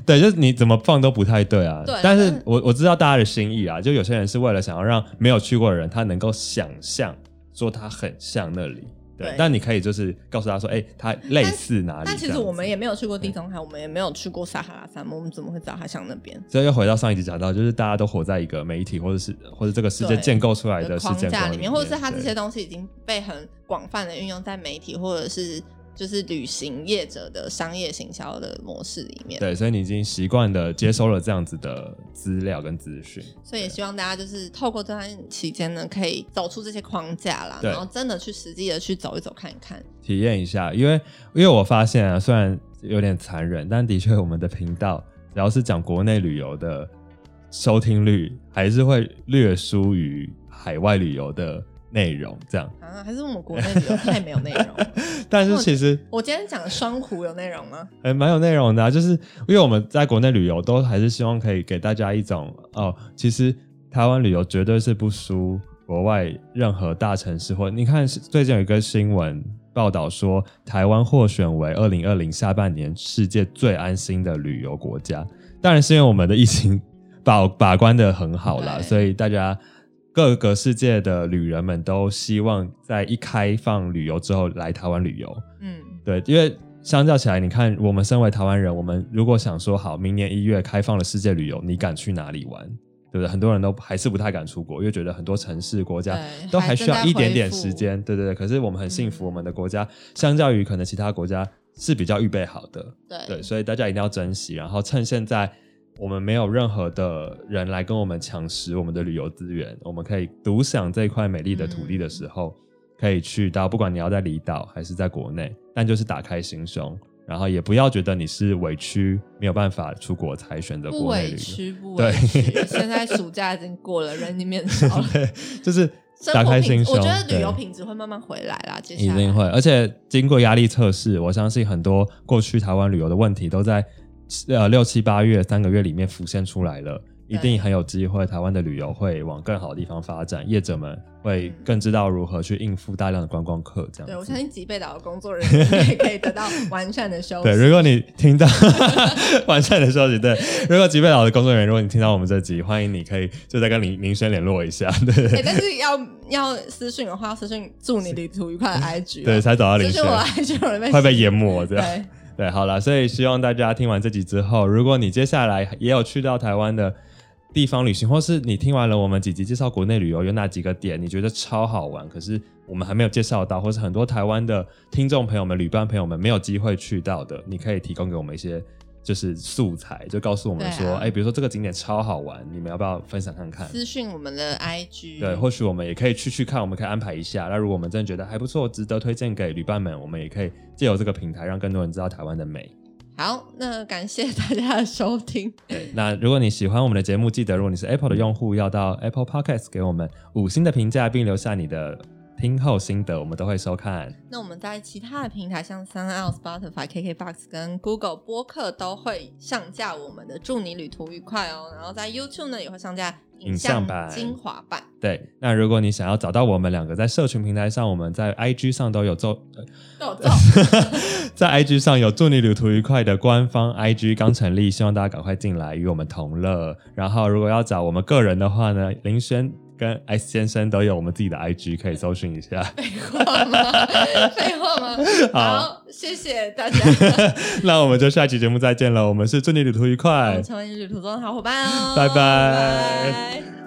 Speaker 2: 对，就是你怎么放都不太对啊。
Speaker 1: 对
Speaker 2: 但
Speaker 1: 但
Speaker 2: 是我我知道大家的心意啊，就有些人是为了想要让没有去过的人他能够想象说他很像那里。对
Speaker 1: 对，
Speaker 2: 但你可以就是告诉他说，哎、它类似哪里
Speaker 1: 但其
Speaker 2: 这
Speaker 1: 实
Speaker 2: 样
Speaker 1: 我们
Speaker 2: 子嗯
Speaker 1: 也没有去过地中海，我们也没有去过撒哈拉沙漠，我们怎么会知道它像那边？
Speaker 2: 所以又回到上一集讲到，就是大家都活在一个媒体或者是或者这个世界
Speaker 1: 对
Speaker 2: 建构出来的世
Speaker 1: 框
Speaker 2: 界
Speaker 1: 架
Speaker 2: 观
Speaker 1: 里面，或者是它这
Speaker 2: 对
Speaker 1: 些东西已经被很广泛的运用在媒体或者是就是旅行业者的商业行销的模式里面。
Speaker 2: 对，所以你已经习惯的接收了这样子的资料跟资讯。
Speaker 1: 所以也希望大家就是透过这段期间呢，可以走出这些框架啦，
Speaker 2: 对
Speaker 1: 然后真的去实际的去走一走看一看。
Speaker 2: 体验一下，因为因为我发现啊，虽然有点残忍，但的确我们的频道只要是讲国内旅游的收听率，还是会略输于海外旅游的内容这样。
Speaker 1: 啊，还是我们国内旅游太没有内容 了。
Speaker 2: 但是其实
Speaker 1: 我今天讲的双湖有内容吗？
Speaker 2: 还蛮有内容的、啊，就是因为我们在国内旅游都还是希望可以给大家一种哦，其实台湾旅游绝对是不输国外任何大城市或你看是最近有一个新闻报道说，台湾获选为二零二零下半年世界最安心的旅游国家，当然是因为我们的疫情 把把关的很好啦，
Speaker 1: 对
Speaker 2: 所以大家。各个世界的旅人们都希望在一开放旅游之后来台湾旅游，
Speaker 1: 嗯，
Speaker 2: 对，因为相较起来，你看，我们身为台湾人，我们如果想说好，明年一月开放了世界旅游，你敢去哪里玩？对不对？很多人都还是不太敢出国，因为觉得很多城市、国家
Speaker 1: 对
Speaker 2: 都
Speaker 1: 还
Speaker 2: 还需要
Speaker 1: 正在
Speaker 2: 一点点
Speaker 1: 恢复
Speaker 2: 时间。对对对，可是我们很幸福，
Speaker 1: 嗯
Speaker 2: 我们的国家相较于可能其他国家是比较预备好的。
Speaker 1: 对，
Speaker 2: 对，所以大家一定要珍惜，然后趁现在我们没有任何的人来跟我们抢食我们的旅游资源，我们可以独享这块美丽的土地的时候，
Speaker 1: 嗯
Speaker 2: 可以去到，不管你要在离岛还是在国内，但就是打开心胸，然后也不要觉得你是委屈没有办法出国才选择
Speaker 1: 不
Speaker 2: 国内旅
Speaker 1: 委
Speaker 2: 游，
Speaker 1: 屈不
Speaker 2: 对，
Speaker 1: 委屈。现在暑假已经过了，人已经变少了
Speaker 2: 对，就是
Speaker 1: 生
Speaker 2: 打
Speaker 1: 活
Speaker 2: 开
Speaker 1: 品
Speaker 2: 心
Speaker 1: 质，
Speaker 2: 胸，
Speaker 1: 我觉得旅游
Speaker 2: 对
Speaker 1: 品质会慢慢回来啦。接
Speaker 2: 一
Speaker 1: 下来
Speaker 2: 定会，而且经过压力测试，我相信很多过去台湾旅游的问题都在呃六七八月三个月里面浮现出来了，一
Speaker 1: 对
Speaker 2: 定很有机会，台湾的旅游会往更好的地方发展，业者们会
Speaker 1: 嗯
Speaker 2: 更知道如何去应付大量的观光客，这样子。
Speaker 1: 对，我相信脊背岛的工作人员应该可以得到完善的休息。
Speaker 2: 对，如果你听到 完善的消息，对，如果吉贝岛的工作人员，如果你听到我们这集，欢迎你可以就再跟林林轩联络一下，对
Speaker 1: 哎、但是要要私讯的话，要私讯祝你旅途愉快 的 IG 啊、
Speaker 2: 对，才找到林
Speaker 1: 私
Speaker 2: 轩
Speaker 1: 讯我的 IG 我被
Speaker 2: 会被淹没这样。
Speaker 1: 对，
Speaker 2: 对，好了，所以希望大家听完这集之后，如果你接下来也有去到台湾的地方旅行，或是你听完了我们几集介绍国内旅游有哪几个点，你觉得超好玩，可是我们还没有介绍到，或是很多台湾的听众朋友们、旅伴朋友们没有机会去到的，你可以提供给我们一些就是素材，就告诉我们
Speaker 1: 对
Speaker 2: 说，
Speaker 1: 啊
Speaker 2: 哎、比如说这个景点超好玩，你们要不要分享看看？
Speaker 1: 私讯我们的 IG，
Speaker 2: 对，或许我们也可以去去看，我们可以安排一下。那如果我们真的觉得还不错，值得推荐给旅伴们，我们也可以借由这个平台，让更多人知道台湾的美。
Speaker 1: 好，那感谢大家的收听，
Speaker 2: 对，那如果你喜欢我们的节目，记得如果你是 Apple 的用户，要到 Apple Podcast 给我们五星的评价，并留下你的听后心得，我们都会收看。
Speaker 1: 那我们在其他的平台，像 s o u n d Spotify、KKBox 跟 Google 播客都会上架我们的“祝你旅途愉快”哦。然后在 YouTube 呢也会上架
Speaker 2: 影像版
Speaker 1: 精华版。
Speaker 2: 对，那如果你想要找到我们两个，在社群平台上，我们在 IG 上都有做，
Speaker 1: 豆豆，
Speaker 2: 在 IG 上有“祝你旅途愉快”的官方 IG 刚成立，希望大家赶快进来与我们同乐。然后，如果要找我们个人的话呢，林轩跟 S 先生都有我们自己的 IG，可以搜寻一下。
Speaker 1: 废话吗？废话吗？
Speaker 2: 好
Speaker 1: 好，谢谢 大家。
Speaker 2: 那我们就下期节目再见了，我们是“祝你旅途愉
Speaker 1: 我
Speaker 2: 快
Speaker 1: 们”。成为旅途中的好伙伴哦，
Speaker 2: 拜拜
Speaker 1: 拜拜